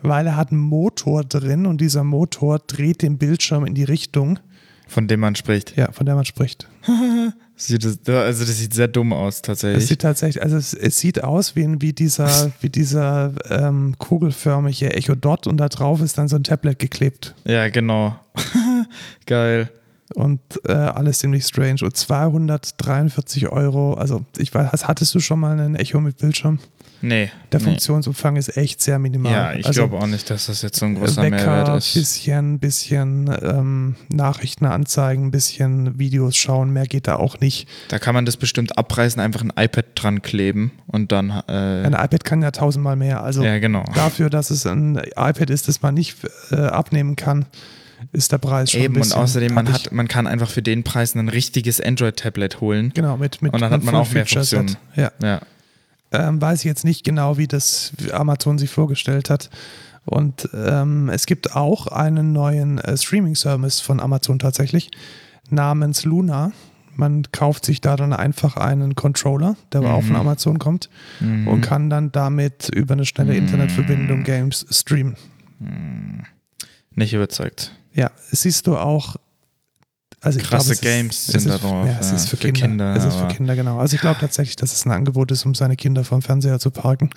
weil er hat einen Motor drin und dieser Motor dreht den Bildschirm in die Richtung, Von dem man spricht. ja, von der man spricht. Sieht das, also das sieht sehr dumm aus, Es tatsächlich. sieht tatsächlich, also es, es sieht aus wie, ein- wie dieser, wie dieser ähm, kugelförmige Echo Dot und da drauf ist dann so ein Tablet geklebt. Ja, genau. Geil. und äh, alles ziemlich strange. Und 243 Euro, also ich weiß, hattest du schon mal einen Echo mit Bildschirm? Nee. Der nee. Funktionsumfang ist echt sehr minimal. Ja, ich also, glaube auch nicht, dass das jetzt so ein großer Wecker, Mehrwert ist. bisschen, bisschen ähm, Nachrichten anzeigen, bisschen Videos schauen, mehr geht da auch nicht. Da kann man das bestimmt abreißen, einfach ein iPad dran kleben und dann. Äh, Ein iPad kann ja tausendmal mehr. Also ja, genau. dafür, dass es ein iPad ist, das man nicht äh, abnehmen kann, ist der Preis schon ein Eben und bisschen außerdem, man, happig. hat, man kann einfach für den Preis ein richtiges Android-Tablet holen. genau mit mit und dann einem hat man auch mehr Full-Feature-Set. Funktionen. Ja. Ja. Ähm, weiß ich jetzt nicht genau, wie das Amazon sich vorgestellt hat. Und ähm, es gibt auch einen neuen äh, Streaming-Service von Amazon tatsächlich namens Luna. Man kauft sich da dann einfach einen Controller, der aber auch von Amazon kommt und kann dann damit über eine schnelle Internetverbindung Games streamen. Hm. Nicht überzeugt. Ja, siehst du auch. Also ich Krasse glaube, es ist- Games es sind ist, da drauf, Ja, es ja, ist für, für Kinder. Kinder, Es ist für aber- Kinder, genau. Also ich glaube tatsächlich, dass es ein Angebot ist, um seine Kinder vom Fernseher zu parken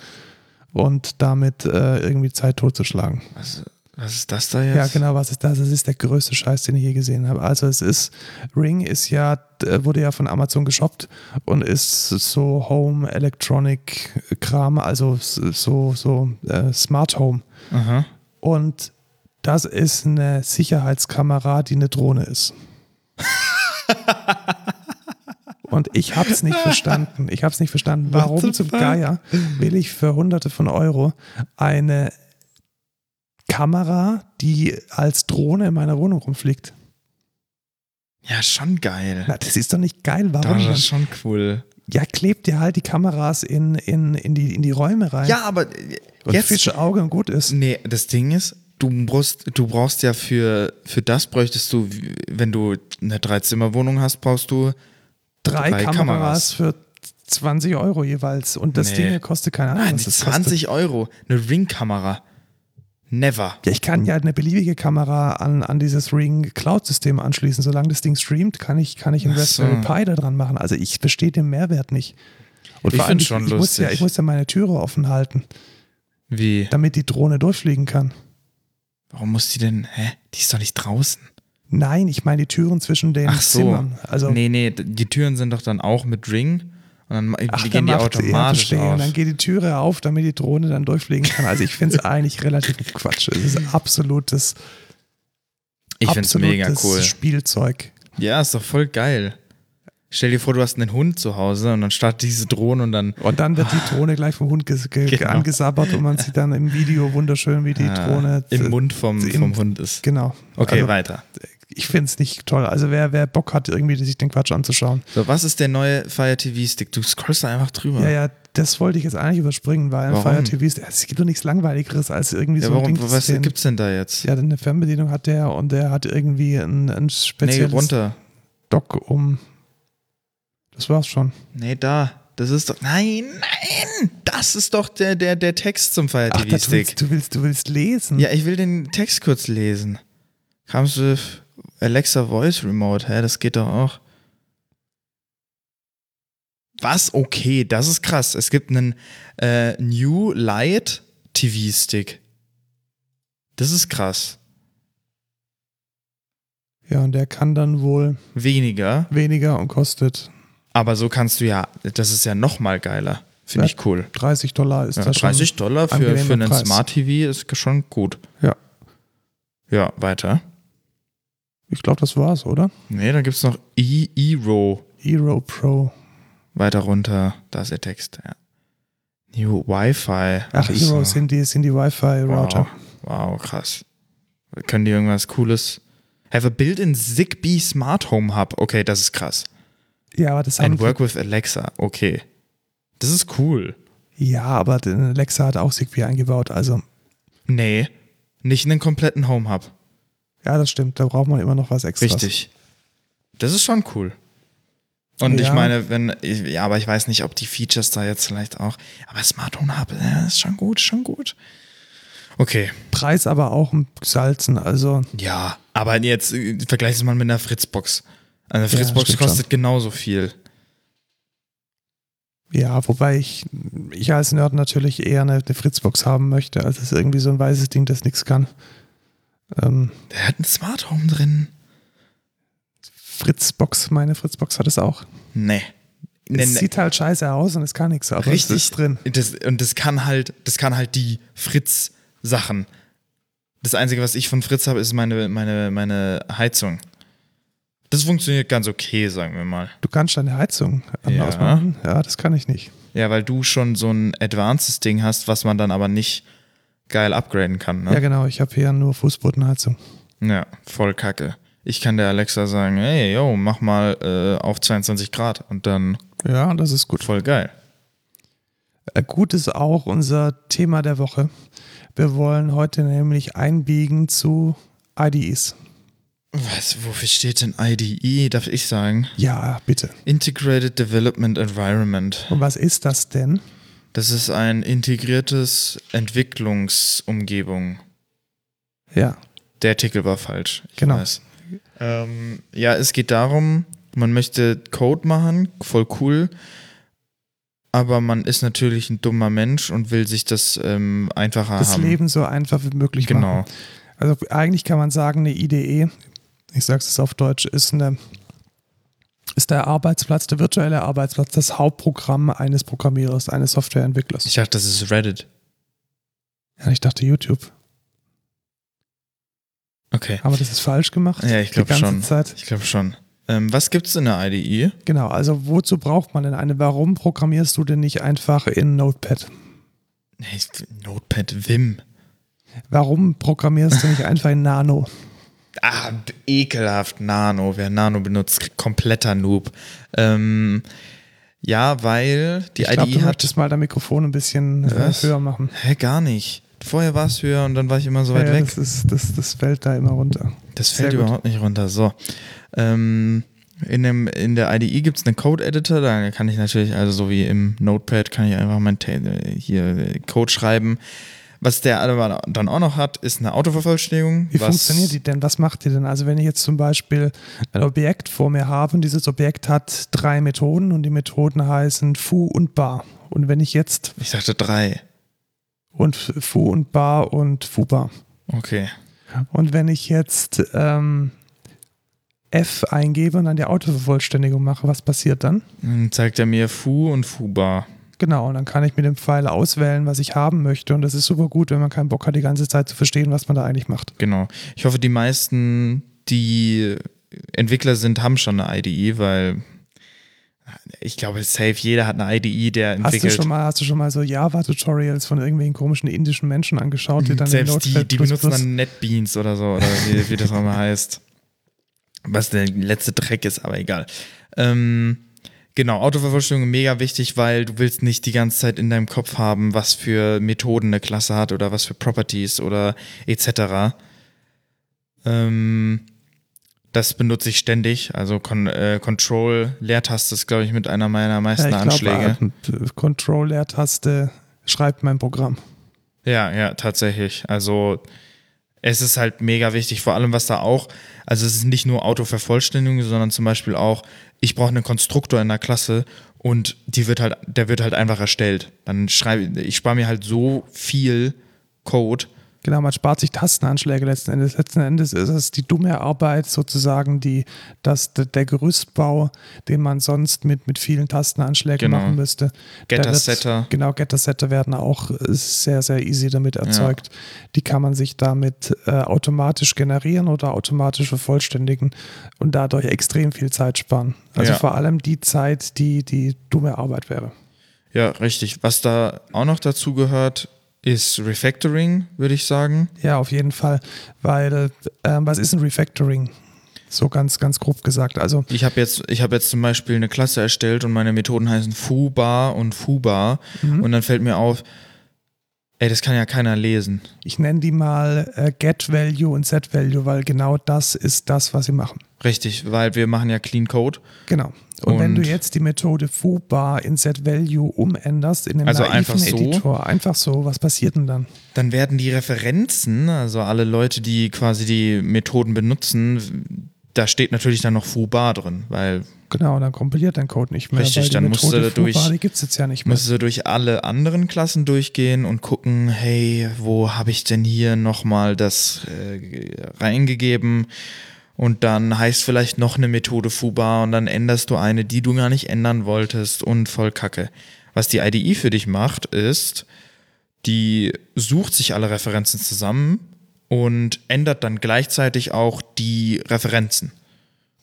und damit äh, irgendwie Zeit totzuschlagen. Was, was ist das da Ja, jetzt? genau, was ist das? Das ist der größte Scheiß, den ich je gesehen habe. Also es ist, Ring ist ja, äh, wurde ja von Amazon geshoppt und ist so Home Electronic Kram, also s- so, so äh, Smart Home. Aha. Und das ist eine Sicherheitskamera, die eine Drohne ist. Und ich habe es nicht verstanden. Ich habe es nicht verstanden. What Warum the zum fuck? Geier will ich für Hunderte von Euro eine Kamera, die als Drohne in meiner Wohnung rumfliegt? Ja, schon geil. Na, das ist doch nicht geil. Warum? Doch, denn? das ist schon cool. Ja, klebt dir halt die Kameras in, in, in, die, in die Räume rein. Ja, aber und jetzt. fische Auge und gut ist. Nee, das Ding ist, du brauchst, du brauchst ja für, für das bräuchtest du, wenn du eine Dreizimmerwohnung hast, brauchst du drei, Drei Kameras, Kameras. für 20 Euro jeweils. Und das Nee. Ding hier kostet keine Ahnung. Nein, was das 20 Euro. Eine Ringkamera. Never. Kostet. Ja, ich kann ja eine beliebige Kamera an, an dieses Ring Cloud-System anschließen. Solange das Ding streamt, kann ich, kann ich einen Ach Raspberry so. Pi da dran machen. Also ich verstehe den Mehrwert nicht. Und Ich vor allem, find's schon ich, ich muss lustig. ja, ich muss ja meine Türe offen halten, Wie? damit die Drohne durchfliegen kann. Warum muss die denn? Hä? Die ist doch nicht draußen. Nein, ich meine die Türen zwischen den Ach so. Zimmern. Also nee, nee, d- die Türen sind doch dann auch mit Ring. Und dann ma- Ach, die gehen dann die macht- ja, automatisch verstehe. auf. Und dann geht die Türe auf, damit die Drohne dann durchfliegen kann. Also ich finde es eigentlich relativ Quatsch. Es ist absolutes ich find's mega absolutes cool. Spielzeug. Ja, ist doch voll geil. Stell dir vor, du hast einen Hund zu Hause und dann startet diese Drohne und dann. Und dann wird die Drohne gleich vom Hund ges ge Genau. angesabbert und man sieht dann im Video wunderschön, wie die Ah, Drohne Im Mund vom, im- vom Hund ist. Genau. Okay, also, weiter. ich finde es nicht toll. Also wer, wer Bock hat, irgendwie sich den Quatsch anzuschauen. So, was ist der neue Fire TV Stick? Du scrollst da einfach drüber. Ja, ja, das wollte ich jetzt eigentlich überspringen, weil Warum? Fire TV ist, es gibt doch nichts Langweiligeres als irgendwie Ja, so ein warum, Ding zu was sehen. gibt's denn da jetzt? Ja, eine Fernbedienung hat der und der hat irgendwie ein, ein nee, spezielles runter. Dock um. Das war's schon. Nee, da. Das ist doch. Nein, nein! Das ist doch der, der, der Text zum Fire Ach, TV das Stick. willst, du willst, du willst lesen. Ja, ich will den Text kurz lesen. Comes with Alexa Voice Remote. Hä, das geht doch auch. Was? Okay, das ist krass. Es gibt einen äh, New Light TV Stick. Das ist krass. ja, und der kann dann wohl Weniger, weniger und kostet aber so kannst du ja, das ist ja noch mal geiler. Finde Ja, ich cool. 30 Dollar ist Ja, das 30 Dollar für, angenehmer für einen Preis. Smart TV ist schon gut. schon. Ja, Ja, weiter. ich glaube, das war's, oder? Nee, dann gibt es noch E, E-Row. Hero Pro. Weiter runter, da ist der Text. Ja. New Wi-Fi. Ach, Also, Hero sind die, sind die Wi-Fi-Router. wow. wow, krass. Können die irgendwas Cooles? Have a built-in Zigbee Smart Home Hub. Okay, das ist krass. Ah, Ja, aber das haben And work with Alexa. Okay. Das ist cool. Ja, aber Alexa hat auch Zigbee eingebaut, also. Nee, nicht einen kompletten Home Hub. Ja, das stimmt. Da braucht man immer noch was extra. Richtig. Das ist schon cool. Und Ja. ich meine, wenn, ich- ja, aber ich weiß nicht, ob die Features da jetzt vielleicht auch, aber Smart Home Hub, ja, ist schon gut, schon gut. Okay, Preis aber auch ein Salzen, also ja, aber jetzt äh, vergleich es mal mit einer Fritzbox. Eine Ja, Fritzbox stimmt kostet genauso viel. ja, wobei ich, ich als Nerd natürlich eher eine, eine Fritzbox haben möchte, als das irgendwie so ein weißes Ding, das nichts kann. Ähm, Der hat ein Smart Home drin. Fritzbox, meine Fritzbox hat es auch. Nee. Nee, Es nee. sieht halt scheiße aus und es kann nichts, aber Richtig. es ist drin. Das, und das kann halt, das kann halt die Fritz-Sachen. Das Einzige, was ich von Fritz habe, ist meine, meine, meine Heizung. Das funktioniert ganz okay, sagen wir mal. Du kannst deine Heizung an- Ja. ausmachen. Ja, das kann ich nicht. Ja, weil du schon so ein advancedes Ding hast, was man dann aber nicht geil upgraden kann. Ja, Ne? genau, ich habe hier nur Fußbodenheizung. Ja, voll kacke. Ich kann der Alexa sagen, hey, yo, mach mal äh, auf 22 Grad und dann Ja, das ist gut. voll geil. Äh, Gut ist auch unser Thema der Woche. Wir wollen heute nämlich einbiegen zu IDEs. Was, wofür steht denn IDE, darf ich sagen? Ja, bitte. Integrated Development Environment. Und was ist das denn? Das ist ein integriertes Entwicklungsumgebung. Ja, Der Artikel war falsch. Ich Genau. Weiß. Ähm, ja, es geht darum, man möchte Code machen, voll cool, aber man ist natürlich ein dummer Mensch und will sich das ähm, einfacher das haben. Leben so einfach wie möglich genau. machen. Also eigentlich kann man sagen, eine IDE, ich sage es auf Deutsch, ist eine ist der Arbeitsplatz, der virtuelle Arbeitsplatz, das Hauptprogramm eines Programmierers, eines Softwareentwicklers. Ich dachte, das ist Reddit. Ja, ich dachte YouTube. Okay. Haben wir das ist falsch gemacht? Ja, ich glaub Die ganze schon. Zeit. Ich glaube schon. Ähm, was gibt's in der IDE? Genau, also wozu braucht man denn eine? Warum programmierst du denn nicht einfach in Notepad? Nee, Notepad Vim. Warum programmierst du nicht einfach in Nano? Ah, b- ekelhaft Nano. Wer Nano benutzt, k- kompletter Noob. Ähm, ja, weil die ich glaube, du IDE hat. möchtest mal dein Mikrofon ein bisschen äh, Was? höher machen. Hä, gar nicht. Vorher war es höher und dann war ich immer so weit ja, weg. Das, ist, das, das fällt da immer runter. Das Sehr fällt gut. überhaupt nicht runter. So. Ähm, in, dem, in der IDE gibt es einen Code-Editor, da kann ich natürlich, also so wie im Notepad, kann ich einfach mein Ta äh, hier äh, Code schreiben. Was der aber dann auch noch hat, ist eine Autovervollständigung. Wie was- funktioniert die denn? Was macht die denn? Also wenn ich jetzt zum Beispiel ein Objekt vor mir habe und dieses Objekt hat drei Methoden und die Methoden heißen Fu und Bar. Und wenn ich jetzt Ich dachte drei. und Fu und Bar und Fu Bar. Okay. Und wenn ich jetzt ähm, F eingebe und dann die Autovervollständigung mache, was passiert dann? Dann zeigt er mir Fu und Fubar. Genau, und dann kann ich mit dem Pfeil auswählen, was ich haben möchte. Und das ist super gut, wenn man keinen Bock hat, die ganze Zeit zu verstehen, was man da eigentlich macht. Genau. Ich hoffe, die meisten, die Entwickler sind, haben schon eine IDE, weil ich glaube, safe, jeder hat eine IDE, der Hast entwickelt. du, schon mal, hast du schon mal so Java-Tutorials von irgendwelchen komischen indischen Menschen angeschaut, die dann Mhm. Selbst in die, die plus, benutzen plus- dann NetBeans oder so, oder wie, wie das auch immer heißt. Was der letzte Dreck ist, aber egal. Ähm, genau, Autovervollständigung mega wichtig, weil du willst nicht die ganze Zeit in deinem Kopf haben, was für Methoden eine Klasse hat oder was für Properties oder etc. Ähm, das benutze ich ständig. Also Con äh, Control, Leertaste ist, glaube ich, mit einer meiner meisten ja, ich Anschläge. glaube, äh, Control-Leertaste schreibt mein Programm. Ja, ja, tatsächlich. Also es ist halt mega wichtig, vor allem was da auch, also es ist nicht nur Autovervollständigung, sondern zum Beispiel auch, ich brauche einen Konstruktor in der Klasse und die wird halt, der wird halt einfach erstellt. Dann schreibe ich spare mir halt so viel Code. Genau, man spart sich Tastenanschläge letzten Endes. Letzten Endes ist es die dumme Arbeit sozusagen, die, dass de- der Gerüstbau, den man sonst mit, mit vielen Tastenanschlägen Genau. machen müsste. der Getter, wird- Setter. Genau, Getter-Setter werden auch äh, sehr, sehr easy damit erzeugt. Die kann man sich damit äh, automatisch generieren oder automatisch vervollständigen und dadurch extrem viel Zeit sparen. Also Ja. vor allem die Zeit, die die dumme Arbeit wäre. Ja, richtig. Was da auch noch dazu gehört, ist Refactoring, würde ich sagen. Ja, auf jeden Fall, weil ähm, was ist ein Refactoring? So ganz, ganz grob gesagt. Also Ich habe jetzt, ich hab jetzt zum Beispiel eine Klasse erstellt und meine Methoden heißen FUBA und FUBA. Und dann fällt mir auf, ey, das kann ja keiner lesen. ich nenne die mal äh, Get Value und Set Value, weil genau das ist das, was sie machen. Richtig, weil wir machen ja Clean Code. Genau. Und, wenn du Und- jetzt die Methode FUBAR in Set Value umänderst in den Also naiven einfach so? Editor, einfach so, was passiert denn dann? Dann werden die Referenzen, also alle Leute, die quasi die Methoden benutzen, da steht natürlich dann noch FUBA drin, weil Genau, dann kompiliert dein Code nicht mehr. Richtig, weil die dann musst Methode du dadurch- FUBAR, die gibt es jetzt ja nicht mehr. müsste durch alle anderen Klassen durchgehen und gucken, hey, wo habe ich denn hier nochmal das äh, reingegeben? Und dann heißt vielleicht noch eine Methode FUBA und dann änderst du eine, die du gar nicht ändern wolltest und voll Kacke. Was die IDE für dich macht, ist, die sucht sich alle Referenzen zusammen und ändert dann gleichzeitig auch die Referenzen.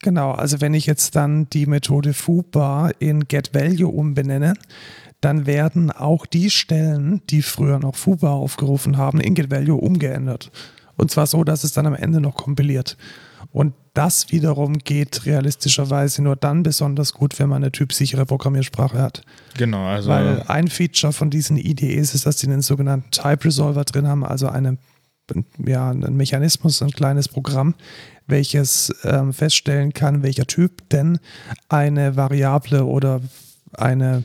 Genau, also wenn ich jetzt dann die Methode FUBAR in GetValue umbenenne, dann werden auch die Stellen, die früher noch FUBAR aufgerufen haben, in GetValue umgeändert. Und zwar so, dass es dann am Ende noch kompiliert. Und das wiederum geht realistischerweise nur dann besonders gut, wenn man eine typsichere Programmiersprache hat. Genau, also Weil ein Feature von diesen IDEs ist, dass die einen sogenannten Type Resolver drin haben, also eine, ja, einen Mechanismus, ein kleines Programm, welches ähm, feststellen kann, welcher Typ denn eine Variable oder eine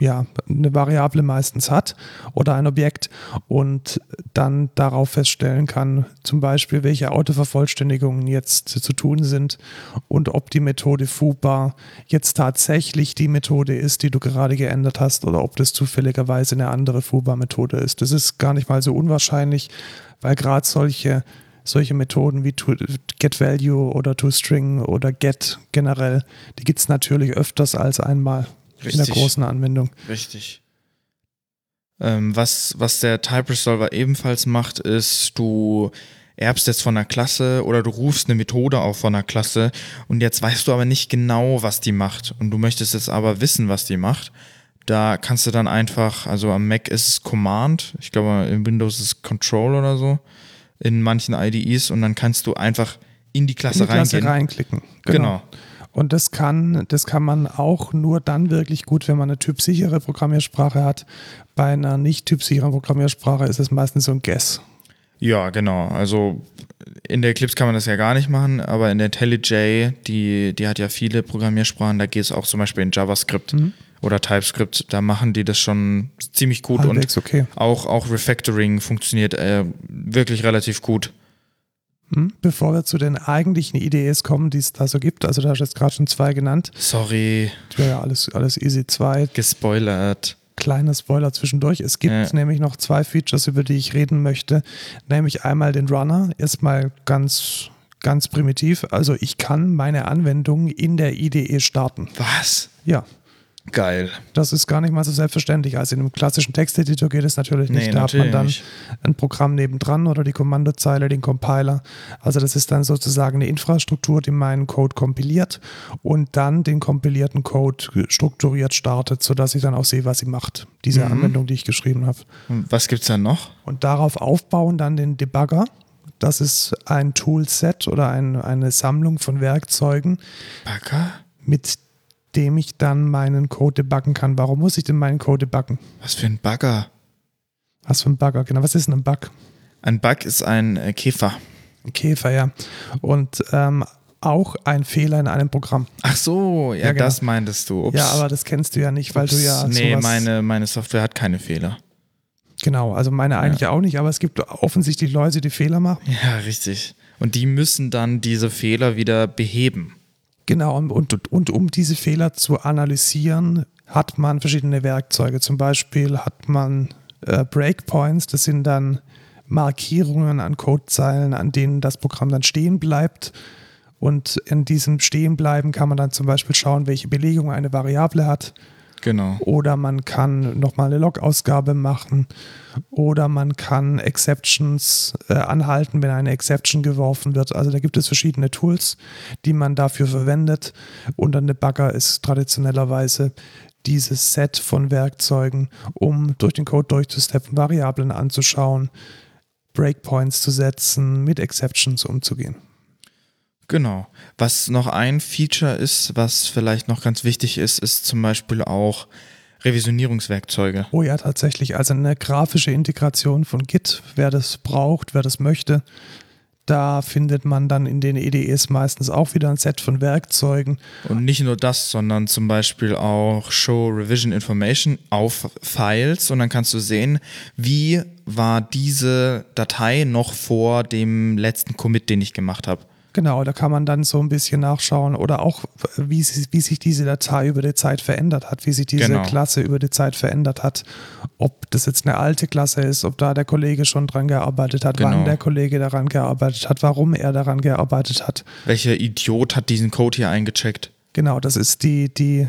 ja, eine Variable meistens hat oder ein Objekt und dann darauf feststellen kann, zum Beispiel, welche Autovervollständigungen jetzt zu tun sind und ob die Methode FUBAR jetzt tatsächlich die Methode ist, die du gerade geändert hast oder ob das zufälligerweise eine andere FUBAR-Methode ist. Das ist gar nicht mal so unwahrscheinlich, weil gerade solche, solche Methoden wie to, Get Value oder ToString oder Get generell, die gibt es natürlich öfters als einmal in der Richtig. großen Anwendung. Richtig. Ähm, was, was der Type Resolver ebenfalls macht, ist, du erbst jetzt von einer Klasse oder du rufst eine Methode auf von einer Klasse und jetzt weißt du aber nicht genau, was die macht und du möchtest jetzt aber wissen, was die macht. Da kannst du dann einfach, also am Mac ist es Command, ich glaube in Windows ist es Control oder so, in manchen IDEs und dann kannst du einfach in die Klasse in die Klasse Also reingehen. reinklicken. Genau. Und das kann, das kann man auch nur dann wirklich gut, wenn man eine typsichere Programmiersprache hat. Bei einer nicht typsicheren Programmiersprache ist es meistens so ein Guess. Ja, genau. Also in der Eclipse kann man das ja gar nicht machen, aber in der IntelliJ, die, die hat ja viele Programmiersprachen, da geht es auch zum Beispiel in JavaScript Mhm. oder TypeScript, da machen die das schon ziemlich gut Halbwegs und okay. auch, auch Refactoring funktioniert äh, wirklich relativ gut. Hm? Bevor wir zu den eigentlichen IDEs kommen, die es da so gibt, also da hast du jetzt gerade schon zwei genannt, Sorry, die war ja alles, alles easy zwei. gespoilert. Kleiner Spoiler zwischendurch. Es gibt Ja. nämlich noch zwei Features, über die ich reden möchte. Nämlich einmal den Runner. Erstmal ganz, ganz primitiv. Also ich kann meine Anwendung in der IDE starten. Was? Ja, Geil. Das ist gar nicht mal so selbstverständlich. Also in einem klassischen Texteditor geht es natürlich nicht. Nee, da natürlich hat man dann nicht. ein Programm nebendran oder die Kommandozeile, den Compiler. Also das ist dann sozusagen eine Infrastruktur, die meinen Code kompiliert und dann den kompilierten Code strukturiert startet, sodass ich dann auch sehe, was sie macht, diese Mhm. Anwendung, die ich geschrieben habe. Und was gibt's da noch? Und darauf aufbauen dann den Debugger. Das ist ein Toolset oder ein, eine Sammlung von Werkzeugen, Bagger? mit dem ich dann meinen Code debuggen kann. Warum muss ich denn meinen Code debuggen? Was für ein Bagger? Was für ein Bagger, genau. Was ist denn ein Bug? Ein Bug ist ein äh, Käfer. Ein Käfer, ja. Und ähm, auch ein Fehler in einem Programm. Ach so, ja, Ja, genau. das meintest du. Ups. Ja, aber das kennst du ja nicht, weil du ja. Nee, sowas, meine, meine Software hat keine Fehler. Genau, also meine eigentlich auch nicht, aber es gibt offensichtlich Leute, die Fehler machen. Ja, richtig. Und die müssen dann diese Fehler wieder beheben. Genau, und, und, und um diese Fehler zu analysieren, hat man verschiedene Werkzeuge. Zum Beispiel hat man äh, Breakpoints, das sind dann Markierungen an Codezeilen, an denen das Programm dann stehen bleibt. Und in diesem Stehenbleiben kann man dann zum Beispiel schauen, welche Belegung eine Variable hat. Genau. Oder man kann nochmal eine Log-Ausgabe machen. Oder man kann Exceptions äh, anhalten, wenn eine Exception geworfen wird. Also da gibt es verschiedene Tools, die man dafür verwendet. Und ein Debugger ist traditionellerweise dieses Set von Werkzeugen, um durch den Code durchzusteppen, Variablen anzuschauen, Breakpoints zu setzen, mit Exceptions umzugehen. Genau. Was noch ein Feature ist, was vielleicht noch ganz wichtig ist, ist zum Beispiel auch Revisionierungswerkzeuge. Oh ja, tatsächlich. Also eine grafische Integration von Git, wer das braucht, wer das möchte. Da findet man dann in den EDEs meistens auch wieder ein Set von Werkzeugen. Und nicht nur das, sondern zum Beispiel auch Show Revision Information auf Files und dann kannst du sehen, wie war diese Datei noch vor dem letzten Commit, den ich gemacht habe. Genau, da kann man dann so ein bisschen nachschauen oder auch, wie, sie, wie sich diese Datei über die Zeit verändert hat, wie sich diese Genau. Klasse über die Zeit verändert hat. Ob das jetzt eine alte Klasse ist, ob da der Kollege schon dran gearbeitet hat, Genau. wann der Kollege daran gearbeitet hat, warum er daran gearbeitet hat. Welcher Idiot hat diesen Code hier eingecheckt? Genau, das ist die, die,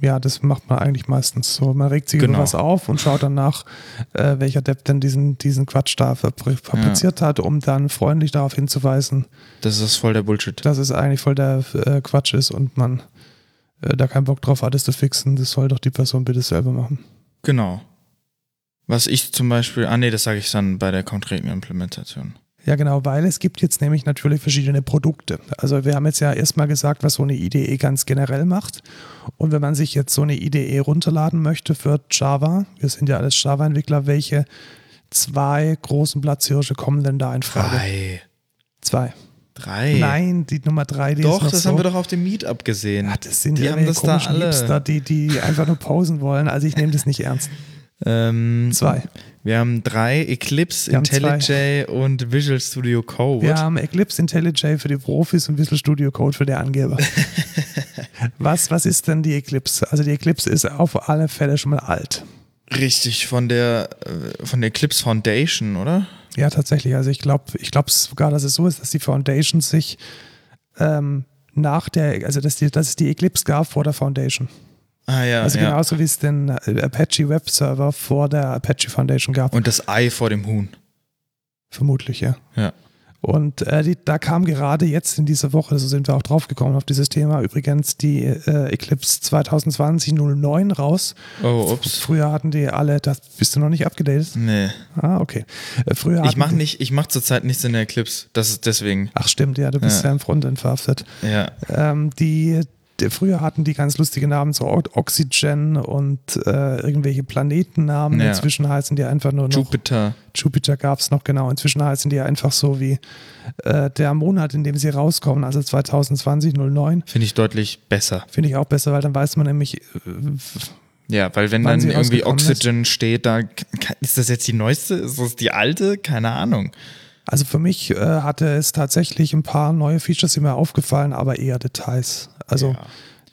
ja, das macht man eigentlich meistens so. Man regt sich Genau. über was auf und schaut danach, äh, welcher Depp denn diesen, diesen Quatsch da fabri- fabriziert hat, um dann freundlich darauf hinzuweisen, Das ist voll der Bullshit. dass es eigentlich voll der äh, Quatsch ist und man äh, da keinen Bock drauf hat, es zu fixen. Das soll doch die Person bitte selber machen. Genau. Was ich zum Beispiel, ah nee, das sage ich dann bei der konkreten Implementation. Ja, genau, weil es gibt jetzt nämlich natürlich verschiedene Produkte. Also wir haben jetzt ja erstmal gesagt, was so eine IDE ganz generell macht. Und wenn man sich jetzt so eine IDE runterladen möchte für Java, wir sind ja alles Java-Entwickler, welche zwei großen Platzhirsche kommen denn da in Frage? Drei. Zwei. Drei. Nein, die Nummer drei, die ist Doch, noch das so. haben wir doch auf dem Meetup gesehen. Ja, das sind Die die haben das da komischen alle. Hipster, die, die einfach nur posen wollen. Also ich nehme das nicht ernst. Ähm, Zwei. Wir haben drei Eclipse, Wir haben zwei. IntelliJ und Visual Studio Code. Wir haben Eclipse IntelliJ für die Profis und Visual Studio Code für die Angeber. was, was ist denn die Eclipse? Also die Eclipse ist auf alle Fälle schon mal alt. Richtig, von der, äh, von der Eclipse Foundation, oder? Ja, tatsächlich. Also ich glaube ich glaub sogar, dass es so ist, dass die Foundation sich ähm, nach der, also dass, die, dass es die Eclipse gab vor der Foundation. Ah ja, Also ja. genauso wie es den äh, Apache Web Server vor der Apache Foundation gab. Und das Ei vor dem Huhn. Vermutlich, ja. Ja. Und äh, die, da kam gerade jetzt in dieser Woche, so sind wir auch draufgekommen auf dieses Thema, übrigens die äh, Eclipse 2020-09 raus. Oh, ups. Früher hatten die alle, das bist du noch nicht abgedatet? Nee. Ah, okay. Äh, früher Ich hatten mach die- nicht, ich mach zurzeit nichts in der Eclipse. Das ist deswegen. Ach stimmt, ja, du bist Ja. ja, im Frontend verhaftet. Ja. Ähm, die, die früher hatten die ganz lustige Namen, so O- Oxygen und äh, irgendwelche Planetennamen. Ja. Inzwischen heißen die einfach nur noch Jupiter. Jupiter gab es noch genau. Inzwischen heißen die ja einfach so wie äh, der Monat, in dem sie rauskommen, also 2020 09. Finde ich deutlich besser. Finde ich auch besser, weil dann weiß man nämlich, äh, Ja, weil wenn Wann dann sie irgendwie rausgekommen ist. Oxygen steht, da k- k- ist das jetzt die neueste? Ist das die alte? Keine Ahnung. also für mich äh, hatte es tatsächlich ein paar neue Features, die mir aufgefallen, aber eher Details. Also Ja.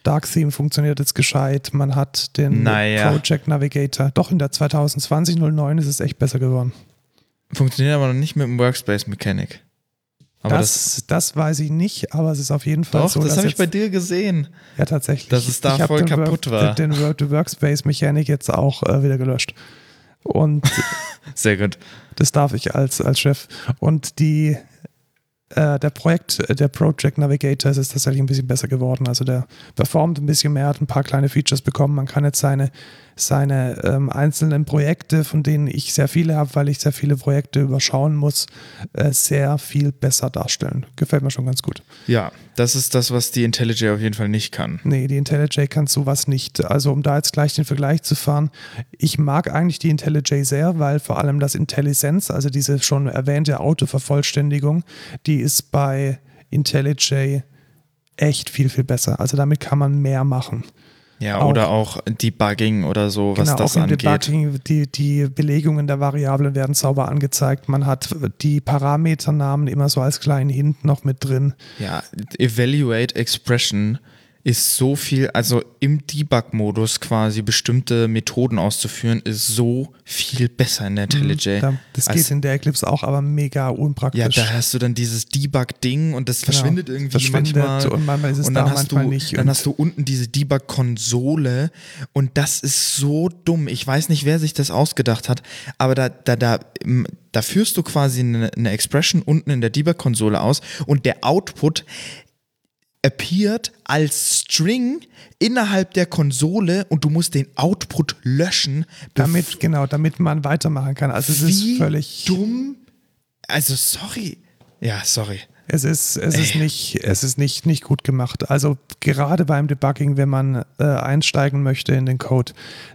Dark Theme funktioniert jetzt gescheit, man hat den Naja. Project Navigator. Doch in der 2020 09 ist es echt besser geworden. Funktioniert aber noch nicht mit dem Workspace Mechanic. Aber das, das, das, weiß ich nicht, aber es ist auf jeden Fall doch, so. das dass habe ich jetzt- bei dir gesehen. Ja, tatsächlich. Dass es da hab voll den kaputt war. Den, Work- die Workspace-Mechanik jetzt auch äh, wieder gelöscht. Und Sehr gut. das darf ich als, als Chef. Und die, äh, der Projekt, äh, der Project Navigator ist jetzt tatsächlich ein bisschen besser geworden. Also der performt ein bisschen mehr, hat ein paar kleine Features bekommen. Man kann jetzt seine, seine ähm, einzelnen Projekte, von denen ich sehr viele habe, weil ich sehr viele Projekte überschauen muss, äh, sehr viel besser darstellen. Gefällt mir schon ganz gut. Ja, das ist das, was die IntelliJ auf jeden Fall nicht kann. Nee, die IntelliJ kann sowas nicht. Also um da jetzt gleich den Vergleich zu fahren, ich mag eigentlich die IntelliJ sehr, weil vor allem das IntelliSense, also diese schon erwähnte Autovervollständigung, die ist bei IntelliJ echt viel, viel besser. Also damit kann man mehr machen. Ja, Auch. Genau, oder auch Debugging oder so, was das auch im angeht. Debugging, die, die Belegungen der Variablen werden sauber angezeigt. Man hat die Parameternamen immer so als kleinen Hint noch mit drin. Ja, Evaluate Expression ist so viel, also im Debug-Modus quasi bestimmte Methoden auszuführen, ist so viel besser in der IntelliJ. Mhm, Da, das als- geht in der Eclipse auch, aber Ja, mega unpraktisch. da hast du dann dieses Debug-Ding und das verschwindet irgendwie Genau. verschwindet manchmal. und manchmal ist es und dann da, hast manchmal du, nicht. Dann Und- hast du unten diese Debug-Konsole und das ist so dumm. Ich weiß nicht, wer sich das ausgedacht hat, aber da, da, da, ähm, da führst du quasi eine, eine Expression unten in der Debug-Konsole aus und der Output appeared als String innerhalb der Konsole und du musst den Output löschen, Damit, genau, damit man weitermachen kann. Also es ist Wie völlig. dumm. Also sorry. Ja, sorry. Es ist, es ist, nicht, es ist nicht, nicht gut gemacht. Also gerade beim Debugging, wenn man äh, einsteigen möchte in den Code,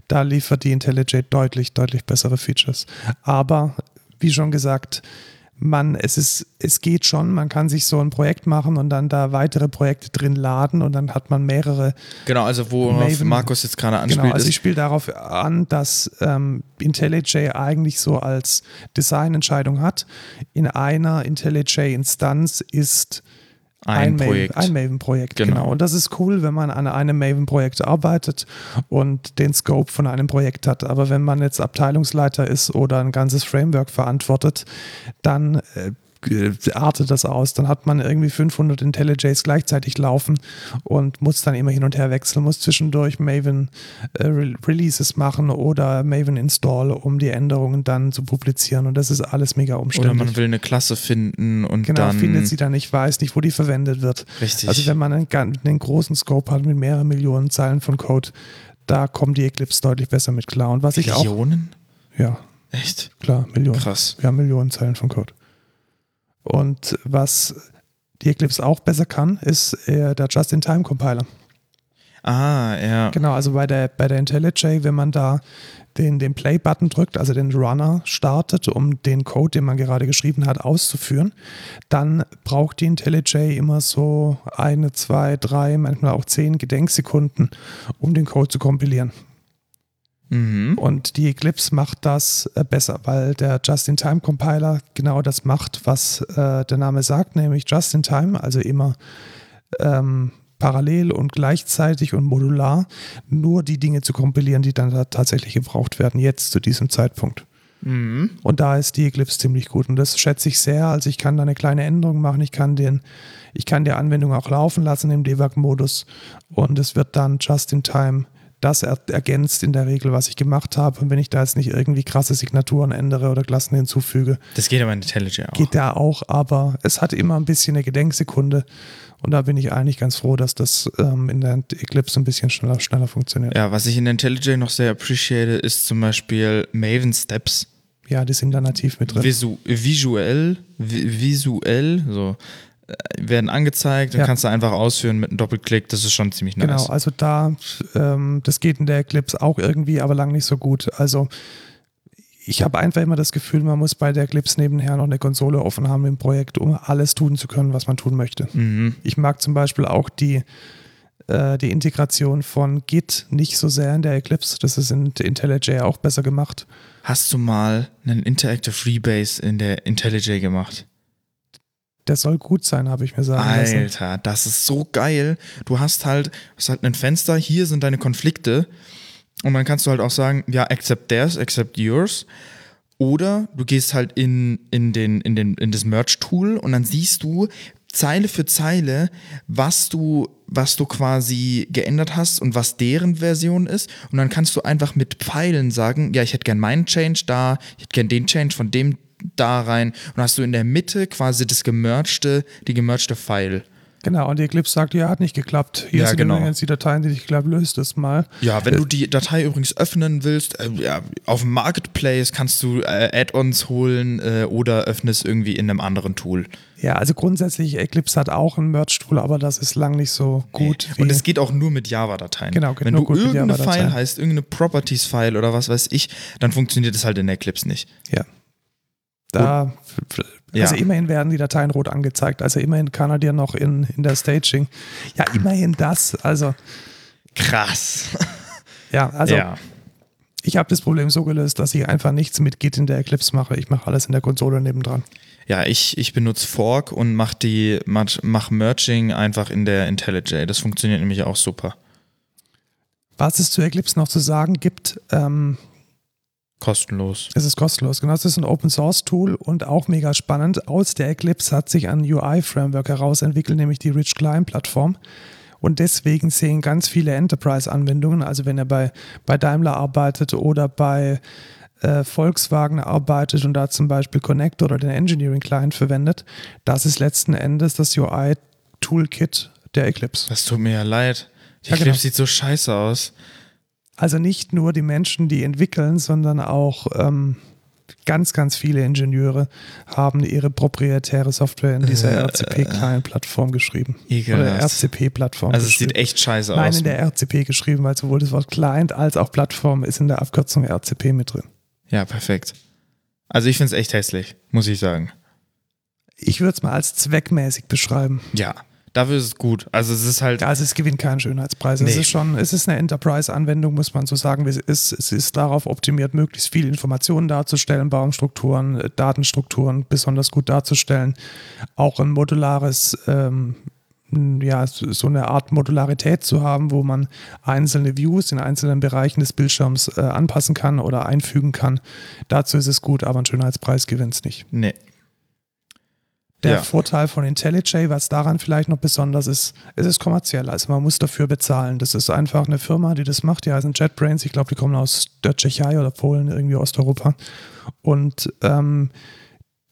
da liefert die IntelliJ deutlich, deutlich bessere Features. Aber wie schon gesagt, man, es ist, es geht schon, man kann sich so ein Projekt machen und dann da weitere Projekte drin laden und dann hat man mehrere Genau, also worauf Maven- Markus jetzt gerade anspielt, Genau, also ich ist, spiele darauf an, dass ähm, IntelliJ eigentlich so als Designentscheidung hat. In einer IntelliJ-Instanz ist ein, Maven- Projekt. ein Maven-Projekt. Genau. Genau. Und das ist cool, wenn man an einem Maven-Projekt arbeitet und den Scope von einem Projekt hat. Aber wenn man jetzt Abteilungsleiter ist oder ein ganzes Framework verantwortet, dann äh, äh, artet das aus. Dann hat man irgendwie 500 IntelliJs gleichzeitig laufen und muss dann immer hin und her wechseln, muss zwischendurch Maven äh, Re Releases machen oder Maven Install, um die Änderungen dann zu publizieren. Und das ist alles mega Oder umständlich. man will eine Klasse finden und genau, dann findet sie dann nicht, weiß nicht, wo die verwendet wird. richtig. Also wenn man einen, gan- einen großen Scope hat mit mehreren Millionen Zeilen von Code, da kommen die Eclipse deutlich besser mit klar. Und was ich auch, Millionen? ja, Echt? klar, Millionen. Krass. Wir haben Millionen Zeilen von Code. Und was die Eclipse auch besser kann, ist äh, der Just-in-Time-Compiler. Ah, ja. Genau, also bei der, bei der IntelliJ, wenn man da den, den Play-Button drückt, also den Runner startet, um den Code, den man gerade geschrieben hat, auszuführen, dann braucht die IntelliJ immer so eine, zwei, drei, manchmal auch zehn Gedenksekunden, um den Code zu kompilieren. Mhm. Und die Eclipse macht das äh, besser, weil der Just-in-Time-Compiler genau das macht, was äh, der Name sagt, nämlich Just-in-Time, also immer ähm, parallel und gleichzeitig und modular, nur die Dinge zu kompilieren, die dann da tatsächlich gebraucht werden, jetzt zu diesem Zeitpunkt. Mhm. Und da ist die Eclipse ziemlich gut. Und das schätze ich sehr. Also ich kann da eine kleine Änderung machen. Ich kann den, ich kann die Anwendung auch laufen lassen im Debug-Modus. Und es wird dann just in time das er ergänzt in der Regel, was ich gemacht habe. Und wenn ich da jetzt nicht irgendwie krasse Signaturen ändere oder Klassen hinzufüge, Das geht aber in IntelliJ auch. geht da auch. Aber es hat immer ein bisschen eine Gedenksekunde. Und da bin ich eigentlich ganz froh, dass das ähm, in der Eclipse ein bisschen schneller, schneller funktioniert. Ja, was ich in IntelliJ noch sehr appreciate, ist zum Beispiel Maven Steps. Ja, die sind da nativ mit drin. Visu visuell, vi- visuell, so äh, werden angezeigt und Ja. kannst du einfach ausführen mit einem Doppelklick. Das ist schon ziemlich nice. Genau, also da, ähm, das geht in der Eclipse auch irgendwie, aber lang nicht so gut. Also ich habe einfach immer das Gefühl, man muss bei der Eclipse nebenher noch eine Konsole offen haben im Projekt, um alles tun zu können, was man tun möchte. Mhm. Ich mag zum Beispiel auch die, äh, die Integration von Git nicht so sehr in der Eclipse. Das ist in IntelliJ auch besser gemacht. Hast du mal einen Interactive Rebase in der IntelliJ gemacht? Der soll gut sein, habe ich mir sagen lassen. Alter, das ist so geil. Du hast halt, hast halt ein Fenster, hier sind deine Konflikte. Und dann kannst du halt auch sagen, ja, accept theirs, accept yours. Oder du gehst halt in, in, den, in, den, in das Merge-Tool und dann siehst du Zeile für Zeile, was du, was du quasi geändert hast und was deren Version ist. Und dann kannst du einfach mit Pfeilen sagen, ja, ich hätte gern meinen Change da, ich hätte gern den Change von dem da rein. Und hast du in der Mitte quasi das gemergte, die gemergte Pfeil. Genau, und die Eclipse sagt, ja, hat nicht geklappt. Hier Ja, sind genau. übrigens die Dateien, die ich glaube, löst es mal. Ja, wenn du die Datei übrigens öffnen willst, äh, ja, auf dem Marketplace kannst du äh, Add-ons holen äh, oder öffnest irgendwie in einem anderen Tool. Ja, also grundsätzlich, Eclipse hat auch einen Merge-Tool, aber das ist lang nicht so gut. Äh, Und wie- es geht auch nur mit Java-Dateien. Genau, geht Wenn nur du gut mit irgendeine Java-Dateien. File heißt, irgendeine Properties-File oder was weiß ich, dann funktioniert es halt in Eclipse nicht. ja. Da, Ja. Also immerhin werden die Dateien rot angezeigt. Also immerhin kann er dir noch in, in der Staging. Ja, immerhin das. Also, Krass. ja, also ja. ich habe das Problem so gelöst, dass ich einfach nichts mit Git in der Eclipse mache. Ich mache alles in der Konsole nebendran. ja, ich, ich benutze Fork und mach die mach, mach Merging einfach in der IntelliJ. Das funktioniert nämlich auch super. Was es zu Eclipse noch zu sagen gibt, ähm, Kostenlos. Es ist kostenlos. Genau, es ist ein Open Source Tool und auch mega spannend. Aus der Eclipse hat sich ein UI Framework herausentwickelt, nämlich die Rich Client Plattform. Und deswegen sehen ganz viele Enterprise-Anwendungen, also wenn ihr bei, bei Daimler arbeitet oder bei äh, Volkswagen arbeitet und da zum Beispiel Connect oder den Engineering Client verwendet, das ist letzten Endes das UI Toolkit der Eclipse. Das tut mir ja leid. Die Ja, Eclipse genau. sieht so scheiße aus. Also nicht nur die Menschen, die entwickeln, sondern auch ähm, ganz, ganz viele Ingenieure haben ihre proprietäre Software in Äh, dieser RCP-Client-Plattform geschrieben. Ekelhaft. Oder RCP-Plattform. Also es geschrieben. sieht echt scheiße Nein, aus. in der RCP geschrieben, weil sowohl das Wort Client als auch Plattform ist in der Abkürzung RCP mit drin. ja, perfekt. Also ich finde es echt hässlich, muss ich sagen. Ich würde es mal als zweckmäßig beschreiben. Ja, dafür ist es gut. Also es ist halt, Also es gewinnt keinen Schönheitspreis. Es Nee. ist schon, es ist eine Enterprise-Anwendung, muss man so sagen, wie es ist. Es ist darauf optimiert, möglichst viele Informationen darzustellen, Baumstrukturen, äh, Datenstrukturen besonders gut darzustellen. Auch ein modulares, ähm, ja, so so eine Art Modularität zu haben, wo man einzelne Views in einzelnen Bereichen des Bildschirms äh, anpassen kann oder einfügen kann. Dazu ist es gut, aber ein Schönheitspreis gewinnt es nicht. nee. Der Ja. Vorteil von IntelliJ, was daran vielleicht noch besonders ist, es ist kommerziell, also man muss dafür bezahlen. Das ist einfach eine Firma, die das macht, die heißen JetBrains, ich glaube, die kommen aus der Tschechei oder Polen, irgendwie Osteuropa. Und ähm,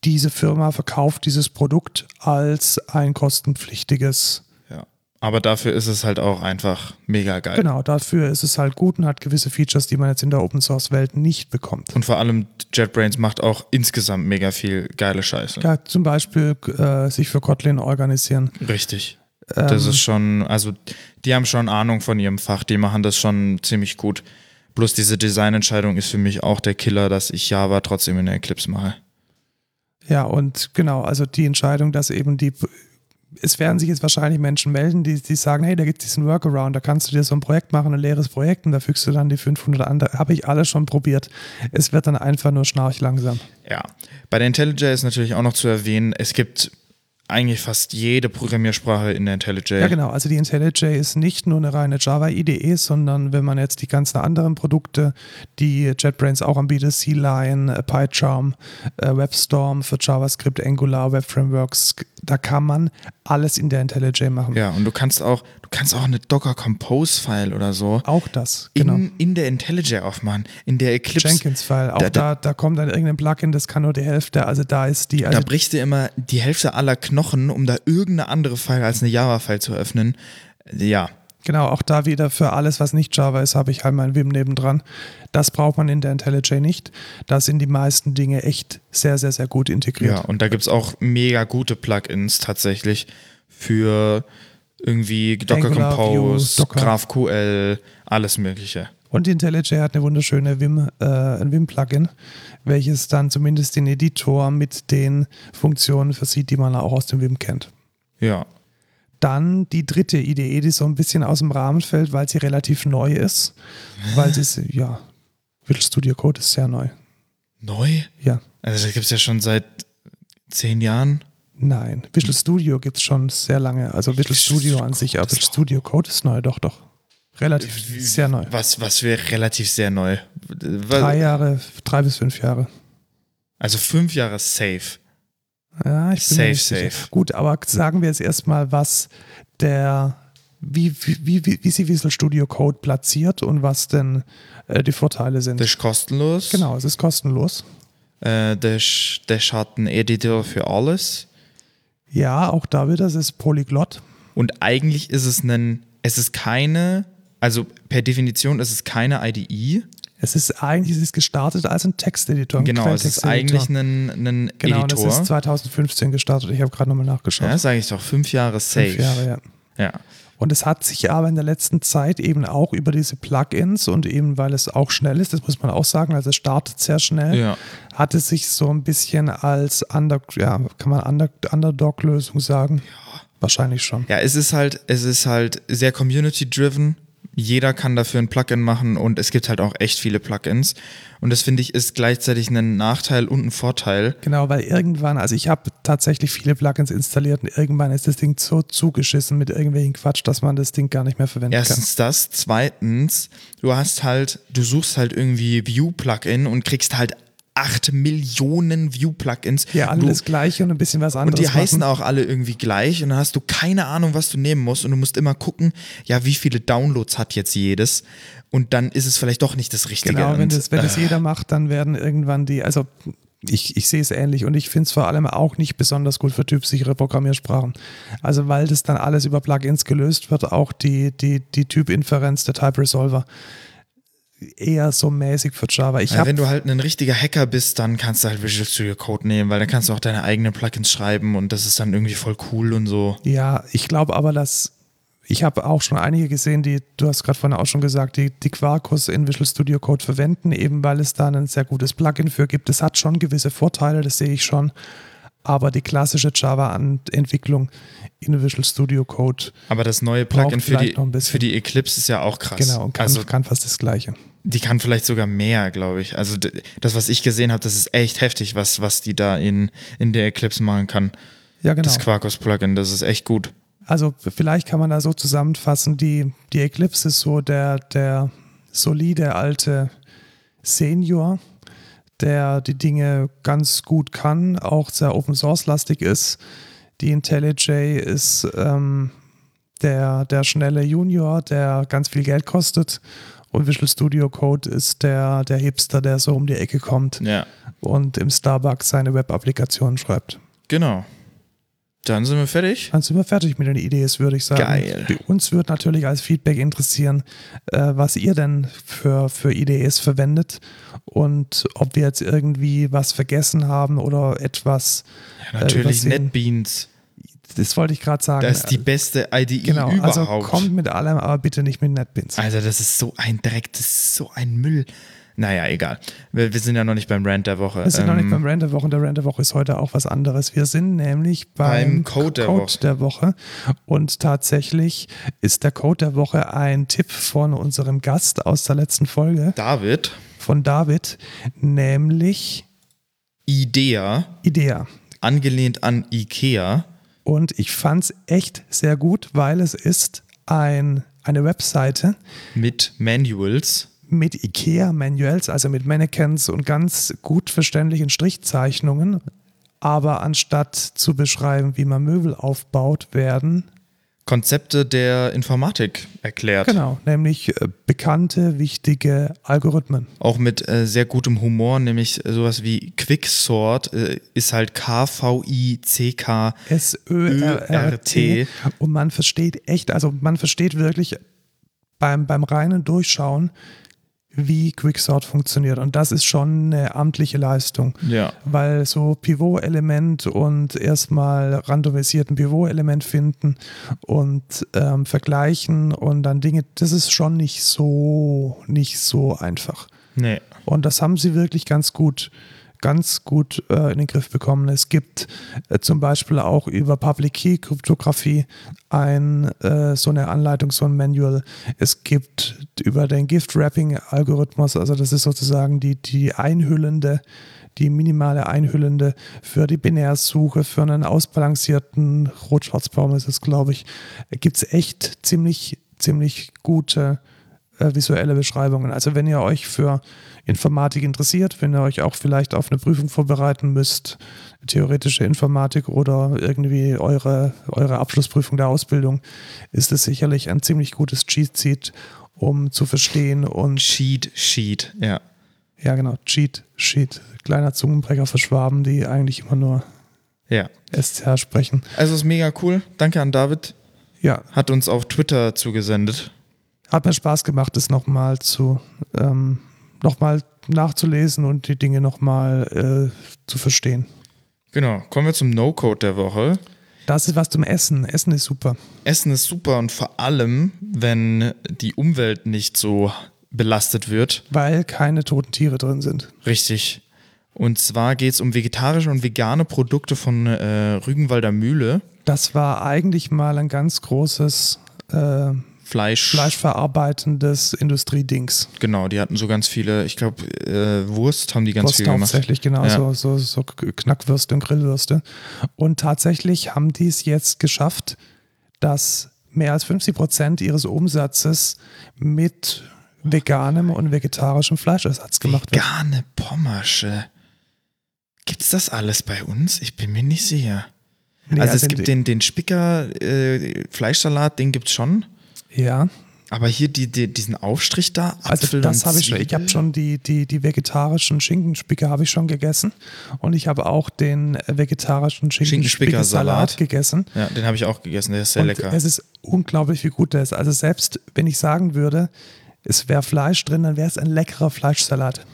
diese Firma verkauft dieses Produkt als ein kostenpflichtiges. Ja. Aber dafür ist es halt auch einfach mega geil. Genau, dafür ist es halt gut und hat gewisse Features, die man jetzt in der Open-Source-Welt nicht bekommt. Und vor allem JetBrains macht auch insgesamt mega viel geile Scheiße. Ja, zum Beispiel äh, sich für Kotlin organisieren. Richtig. Ähm. Das ist schon, also die haben schon Ahnung von ihrem Fach, die machen das schon ziemlich gut. Bloß diese Designentscheidung ist für mich auch der Killer, dass ich Java trotzdem in der Eclipse mache. Ja, und genau, also die Entscheidung, dass eben die, es werden sich jetzt wahrscheinlich Menschen melden, die, die sagen, hey, da gibt es diesen Workaround, da kannst du dir so ein Projekt machen, ein leeres Projekt und da fügst du dann die 500 an, da habe ich alles schon probiert. Es wird dann einfach nur schnarchlangsam. Ja. Bei der IntelliJ ist natürlich auch noch zu erwähnen, es gibt eigentlich fast jede Programmiersprache in der IntelliJ. Ja, genau, also die IntelliJ ist nicht nur eine reine Java-IDE, sondern wenn man jetzt die ganzen anderen Produkte, die JetBrains auch anbietet, C-Line, äh, PyCharm, äh, WebStorm für JavaScript, Angular, Web-Frameworks, da kann man alles in der IntelliJ machen. Ja, und du kannst auch, du kannst auch eine Docker Compose File oder so Auch das, in, genau. in der IntelliJ aufmachen, in der Eclipse. Jenkins-File. Auch Da- da, da- da, kommt dann irgendein Plugin, das kann nur die Hälfte. Also da ist die. Also da brichst du immer die Hälfte aller Knochen, um da irgendeine andere File als eine Java-File zu öffnen. Ja, genau, auch da wieder für alles, was nicht Java ist, habe ich halt mein Vim nebendran. Das braucht man in der IntelliJ nicht. Da sind die meisten Dinge echt sehr, sehr, sehr gut integriert. ja. Und da gibt es auch mega gute Plugins tatsächlich für irgendwie Docker Angular, Compose, Vue, Docker. GraphQL, alles Mögliche. Und die IntelliJ hat eine wunderschöne Vim, äh, ein Vim-Plugin, welches dann zumindest den Editor mit den Funktionen versieht, die man auch aus dem Vim kennt. Ja, Dann die dritte Idee, die so ein bisschen aus dem Rahmen fällt, weil sie relativ neu ist. Weil sie, ist- ja, Visual Studio Code ist sehr neu. neu? Ja, Also, das gibt es ja schon seit zehn Jahren. nein. Visual Studio gibt es schon sehr lange. Also Hm. Visual Studio an sich, aber Visual Studio Code ist neu, doch, doch. Relativ, sehr neu. Was, was wäre relativ sehr neu? Drei Jahre, drei bis fünf Jahre. Also, fünf Jahre safe. Ja, ich bin mir Safe, nicht sicher. safe. Gut, aber sagen wir jetzt erstmal, was der, wie, wie, wie, wie, wie sie Visual Studio Code platziert und was denn äh, die Vorteile sind. Das ist kostenlos. genau, es ist kostenlos. Äh, das, das hat einen Editor für alles. Ja, auch da wieder, es ist Polyglott. Und eigentlich ist es ein, es ist keine, also per Definition ist es keine E. IDE. Es ist eigentlich, es ist gestartet als ein Texteditor. Ein Genau, es ist Quelltexteditor. eigentlich ein, ein Genau, und Editor. es ist 2015 gestartet. Ich habe gerade nochmal nachgeschaut. ja, sage ich doch, fünf Jahre safe. Fünf Jahre, ja. Ja. Und es hat sich aber in der letzten Zeit eben auch über diese Plugins und eben weil es auch schnell ist, das muss man auch sagen, also es startet sehr schnell, Ja. hat es sich so ein bisschen als Under, ja, kann man Under, Underdog-Lösung sagen? Wahrscheinlich schon. Ja, es ist halt, es ist halt sehr community-driven. Jeder kann dafür ein Plugin machen und es gibt halt auch echt viele Plugins. Und das finde ich ist gleichzeitig ein Nachteil und ein Vorteil. Genau, weil irgendwann, also ich habe tatsächlich viele Plugins installiert und irgendwann ist das Ding so zugeschissen mit irgendwelchen Quatsch, dass man das Ding gar nicht mehr verwenden kann. Erstens das. Zweitens, du hast halt, du suchst halt irgendwie View-Plugin und kriegst halt 8 Millionen View-Plugins. Ja, alle Du- das Gleiche und ein bisschen was Und anderes. die heißen machen. auch alle irgendwie gleich und dann hast du keine Ahnung, was du nehmen musst und du musst immer gucken, ja, wie viele Downloads hat jetzt jedes und dann ist es vielleicht doch nicht das Richtige. Genau, wenn und, das, wenn das jeder macht, dann werden irgendwann die, also ich, ich sehe es ähnlich und ich finde es vor allem auch nicht besonders gut für typsichere Programmiersprachen. Also weil das dann alles über Plugins gelöst wird, auch die, die, die Typinferenz, der Type Resolver. eher so mäßig für Java. Ich Ja, hab, wenn du halt ein richtiger Hacker bist, dann kannst du halt Visual Studio Code nehmen, weil dann kannst du auch deine eigenen Plugins schreiben und das ist dann irgendwie voll cool und so. ja, ich glaube aber, dass ich habe auch schon einige gesehen, die, du hast gerade vorhin auch schon gesagt, die, die Quarkus in Visual Studio Code verwenden, eben weil es da ein sehr gutes Plugin für gibt. Es hat schon gewisse Vorteile, das sehe ich schon. Aber die klassische Java-Entwicklung in Visual Studio Code, Aber das neue Braucht Plugin für die, vielleicht noch ein bisschen. für die Eclipse ist ja auch krass. genau, kann, also kann fast das Gleiche. die kann vielleicht sogar mehr, glaube ich. Also d- das, was ich gesehen habe, das ist echt heftig, was, was die da in, in der Eclipse machen kann. Ja, genau. Das Quarkus-Plugin, das ist echt gut. Also vielleicht kann man da so zusammenfassen, die, die Eclipse ist so der, der solide alte Senior, der die Dinge ganz gut kann, auch sehr open-source-lastig ist. Die IntelliJ ist ähm, der, der schnelle Junior, der ganz viel Geld kostet. Und Visual Studio Code ist der, der Hipster, der so um die Ecke kommt Ja. und im Starbucks seine Web-Applikationen schreibt. Genau. Dann sind wir fertig. Dann sind wir fertig mit den Idees, würde ich sagen. Geil. Uns würde natürlich als Feedback interessieren, äh, was ihr denn für, für Idees verwendet und ob wir jetzt irgendwie was vergessen haben oder etwas. Ja, natürlich übersehen. NetBeans. Das wollte ich gerade sagen. äh, Das ist die beste IDE genau, überhaupt. also kommt mit allem, aber bitte nicht mit NetBeans. Also, das ist so ein Dreck, das ist so ein Müll. Naja, egal. Wir, wir sind ja noch nicht beim Rant der Woche. Wir sind noch Ähm, nicht beim Rand der Woche und der Rand der Woche ist heute auch was anderes. Wir sind nämlich Beim beim, Code der Woche. der Woche und tatsächlich ist der Code der Woche ein Tipp von unserem Gast aus der letzten Folge. David, von David, nämlich Idea, Idea. angelehnt an Ikea. Und ich fand es echt sehr gut, weil es ist ein, eine Webseite mit Manuals. mit IKEA-Manuals, also mit Mannequins und ganz gut verständlichen Strichzeichnungen. Aber anstatt zu beschreiben, wie man Möbel aufbaut, werden Konzepte der Informatik erklärt. genau, nämlich äh, bekannte, wichtige Algorithmen. Auch mit äh, sehr gutem Humor, nämlich äh, sowas wie Quicksort äh, ist halt K-V-I-C-K. S-Ö-R-R-T. Und man versteht echt, also man versteht wirklich beim, beim reinen Durchschauen, wie Quicksort funktioniert. Und das ist schon eine amtliche Leistung. Ja. Weil so Pivot-Element und erstmal randomisierten Pivot-Element finden und ähm, vergleichen und dann Dinge, das ist schon nicht so, nicht so einfach. Nee. Und das haben sie wirklich ganz gut, ganz gut äh, in den Griff bekommen. Es gibt äh, zum Beispiel auch über Public Key Kryptographie ein, äh, so eine Anleitung, so ein Manual. Es gibt über den Gift Wrapping Algorithmus, also das ist sozusagen die, die einhüllende, die minimale einhüllende für die Binärsuche, für einen ausbalancierten Rot-Schwarz-Baum ist es, glaube ich, gibt es echt ziemlich, ziemlich gute äh, visuelle Beschreibungen. Also wenn ihr euch für Informatik interessiert, wenn ihr euch auch vielleicht auf eine Prüfung vorbereiten müsst, theoretische Informatik oder irgendwie eure, eure Abschlussprüfung der Ausbildung, ist es sicherlich ein ziemlich gutes Cheat-Sheet, um zu verstehen und Cheat Sheet, ja. ja genau, Cheat-Sheet, kleiner Zungenbrecher für Schwaben, die eigentlich immer nur Ja. SCH sprechen. Also ist mega cool. Danke an David. Ja, Hat uns auf Twitter zugesendet. hat mir Spaß gemacht, das nochmal zu ähm, nochmal nachzulesen und die Dinge nochmal äh, zu verstehen. Genau. Kommen wir zum No-Code der Woche. Das ist was zum Essen. Essen ist super. Essen ist super und vor allem, wenn die Umwelt nicht so belastet wird, Weil keine toten Tiere drin sind. Richtig. Und zwar geht es um vegetarische und vegane Produkte von äh, Rügenwalder Mühle. Das war eigentlich mal ein ganz großes äh, Fleisch. fleischverarbeitendes Industriedings. Genau, die hatten so ganz viele, ich glaube, äh, Wurst haben die ganz Wurst viel gemacht. hauptsächlich, genau, Ja. so, so, so Knackwürste und Grillwürste. Und tatsächlich haben die es jetzt geschafft, dass mehr als 50 Prozent ihres Umsatzes mit veganem und vegetarischem Fleischersatz gemacht wird. Vegane Pommersche. Gibt's das alles bei uns? Ich bin mir nicht sicher. Nee, also es also gibt die- den, den Spicker äh, Fleischsalat, den gibt's schon. Ja. Aber hier die, die, diesen Aufstrich da, Also Apfel das und habe ich schon. Zwiebel. Ich habe schon die, die, die vegetarischen Schinkenspicke habe ich schon gegessen und ich habe auch den äh, vegetarischen Schinkenspickersalat. Schinkenspickersalat gegessen. Ja, den habe ich auch gegessen, der ist sehr und lecker. es ist unglaublich, wie gut der ist. Also selbst wenn ich sagen würde, Es wäre Fleisch drin, dann wäre es ein leckerer Fleischsalat.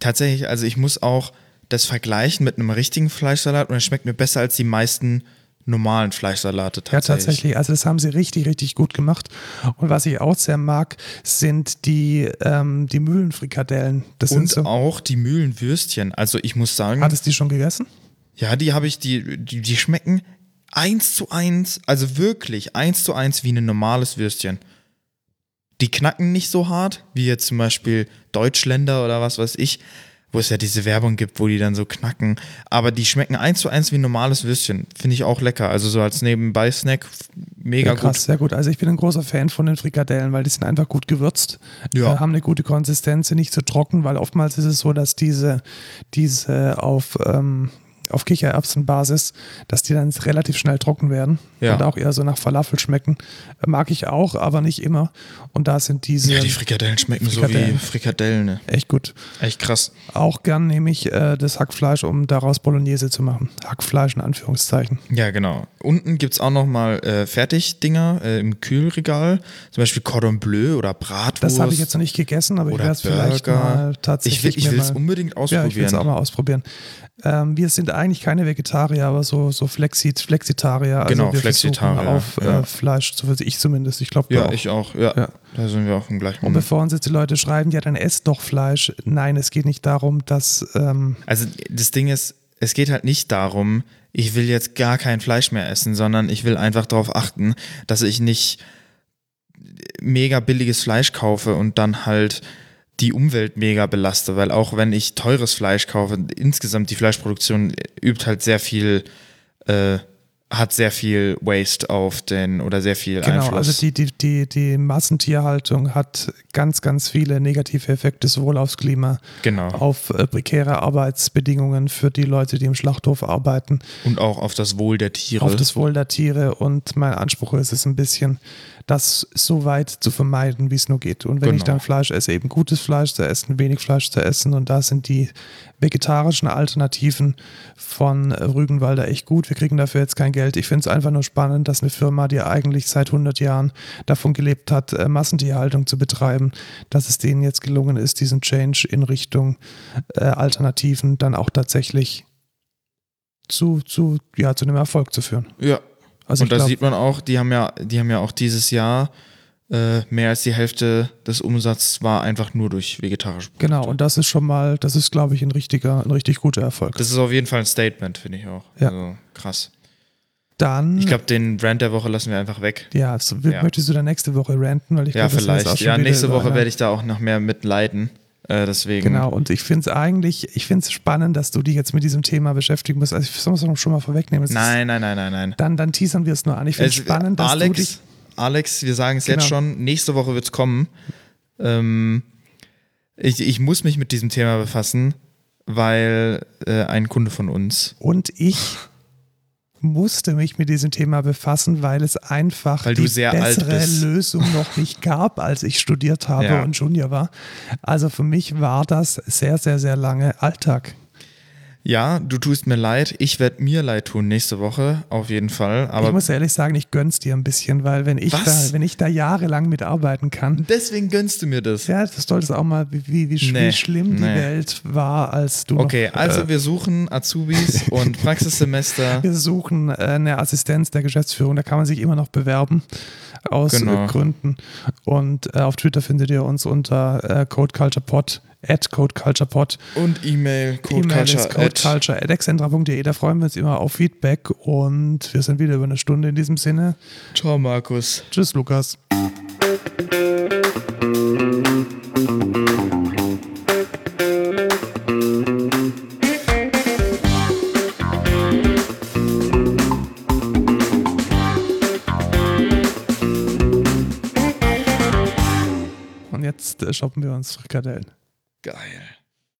Tatsächlich, also ich muss auch das vergleichen mit einem richtigen Fleischsalat und es schmeckt mir besser als die meisten normalen Fleischsalate Ja, tatsächlich. tatsächlich. Also das haben sie richtig, richtig gut gemacht. Und was ich auch sehr mag, sind die, ähm, die Mühlenfrikadellen. Das Und sind so, auch die Mühlenwürstchen. Also ich muss sagen, hattest du die schon gegessen? ja, die habe ich, die, die, die schmecken eins zu eins, also wirklich eins zu eins wie ein normales Würstchen. Die knacken nicht so hart, wie jetzt zum Beispiel Deutschländer oder was weiß ich, wo es ja diese Werbung gibt, wo die dann so knacken. Aber die schmecken eins zu eins wie ein normales Würstchen. Finde ich auch lecker. Also so als Nebenbei-Snack, mega Ja, krass, gut. sehr gut. Also ich bin ein großer Fan von den Frikadellen, weil die sind einfach gut gewürzt, Ja. äh, haben eine gute Konsistenz, sind nicht zu trocken, weil oftmals ist es so, dass diese, diese auf, ähm, auf Kichererbsenbasis, dass die dann relativ schnell trocken werden Ja. und auch eher so nach Falafel schmecken. Äh, Mag ich auch, aber nicht immer. Und da sind diese Ja, die Frikadellen schmecken so Frikadellen. wie Frikadellen. ne? echt gut. Echt krass. Auch gern nehme ich äh, das Hackfleisch, um daraus Bolognese zu machen. Hackfleisch in Anführungszeichen. Ja, genau. Unten gibt es auch nochmal äh, Fertigdinger äh, im Kühlregal. Zum Beispiel Cordon Bleu oder Bratwurst. Das habe ich jetzt noch nicht gegessen, aber ich oder werde es vielleicht Burger. mal Ich tatsächlich will ich mir will es mal- unbedingt Ja, ausprobieren. ich will es auch mal ausprobieren. Ähm, wir sind eigentlich keine Vegetarier, aber so, so Flexi Flexitarier. Also Genau, wir versuchen Flexitarier, Auf ja. äh, Fleisch zu verzichten. Ich zumindest, ich glaube ja, auch. ich auch. Ja, Ja. da sind wir auch im gleichen Und Moment. bevor uns jetzt die Leute schreiben, ja, dann ess doch Fleisch. Nein, es geht nicht darum, dass. Ähm, Also das Ding ist, es geht halt nicht darum, ich will jetzt gar kein Fleisch mehr essen, sondern ich will einfach darauf achten, dass ich nicht mega billiges Fleisch kaufe und dann halt die Umwelt mega belaste, weil auch wenn ich teures Fleisch kaufe, insgesamt die Fleischproduktion übt halt sehr viel, äh, hat sehr viel Waste auf den oder sehr viel genau, Einfluss. also die, die, die, die Massentierhaltung hat ganz, ganz viele negative Effekte, sowohl aufs Klima, genau. auf äh, prekäre Arbeitsbedingungen für die Leute, die im Schlachthof arbeiten, Und auch auf das Wohl der Tiere. auf das Wohl der Tiere und mein Anspruch ist es ein bisschen, das so weit zu vermeiden, wie es nur geht. Und wenn Genau. ich dann Fleisch esse, eben gutes Fleisch zu essen, wenig Fleisch zu essen und da sind die vegetarischen Alternativen von Rügenwalder echt gut. Wir kriegen dafür jetzt kein Geld. Ich finde es einfach nur spannend, dass eine Firma, die eigentlich seit 100 Jahren davon gelebt hat, äh, Massentierhaltung zu betreiben, dass es denen jetzt gelungen ist, diesen Change in Richtung äh, Alternativen dann auch tatsächlich zu, zu, ja, zu einem Erfolg zu führen. ja, Also und ich da glaub, sieht man auch, die haben ja, die haben ja auch dieses Jahr äh, mehr als die Hälfte des Umsatzes war einfach nur durch vegetarische Produkte. genau, und das ist schon mal, das ist, glaube ich, ein richtiger, ein richtig guter Erfolg. Das ist auf jeden Fall ein Statement, finde ich auch. Ja. Also, krass. Dann, Ich glaube, den Rant der Woche lassen wir einfach weg. ja, so, wir- Ja. möchtest du dann nächste Woche ranten? Weil ich Ja, glaub, das war jetzt auch vielleicht. schon Ja, wieder nächste über Woche eine- werde ich da auch noch mehr mitleiden. Äh, deswegen. Genau, und ich finde es eigentlich, ich finde es spannend, dass du dich jetzt mit diesem Thema beschäftigen musst. Also ich soll es schon mal vorwegnehmen. Es ist- Nein, nein, nein, nein, nein. Dann, dann teasern wir es nur an. Ich finde es Es- spannend, dass Alex, du dich. Alex, wir sagen es jetzt Genau. schon, nächste Woche wird es kommen. Ähm, ich, ich muss mich mit diesem Thema befassen, weil äh, ein Kunde von uns, Und ich musste mich mit diesem Thema befassen, weil es einfach Weil du die sehr alt bessere bist. Lösung noch nicht gab, als ich studiert habe Ja. und Junior war. Also für mich war das sehr, sehr, sehr lange Alltag. Ja, du tust mir leid. Ich werde mir leid tun nächste Woche, auf jeden Fall. Aber ich muss ehrlich sagen, ich gönn's dir ein bisschen, weil wenn ich, Was? da, wenn ich da jahrelang mitarbeiten kann, deswegen gönnst du mir das. Ja, das solltest auch mal, wie, wie, wie, sch- Nee, wie schlimm die nee. Welt war, als du Okay, noch, also äh, wir suchen Azubis und Praxissemester. wir suchen äh, eine Assistenz der Geschäftsführung, da kann man sich immer noch bewerben aus Genau. äh, Gründen. Und äh, auf Twitter findet ihr uns unter äh, codeculturepod, at codeculturepod. Und E-Mail, E-Mail ist Codeculture. codeculture.excentra.de, da freuen wir uns immer auf Feedback und wir sind wieder über eine Stunde in diesem Sinne. Ciao, Markus. Tschüss, Lukas. Und jetzt äh, shoppen wir uns Frikadellen. Geil.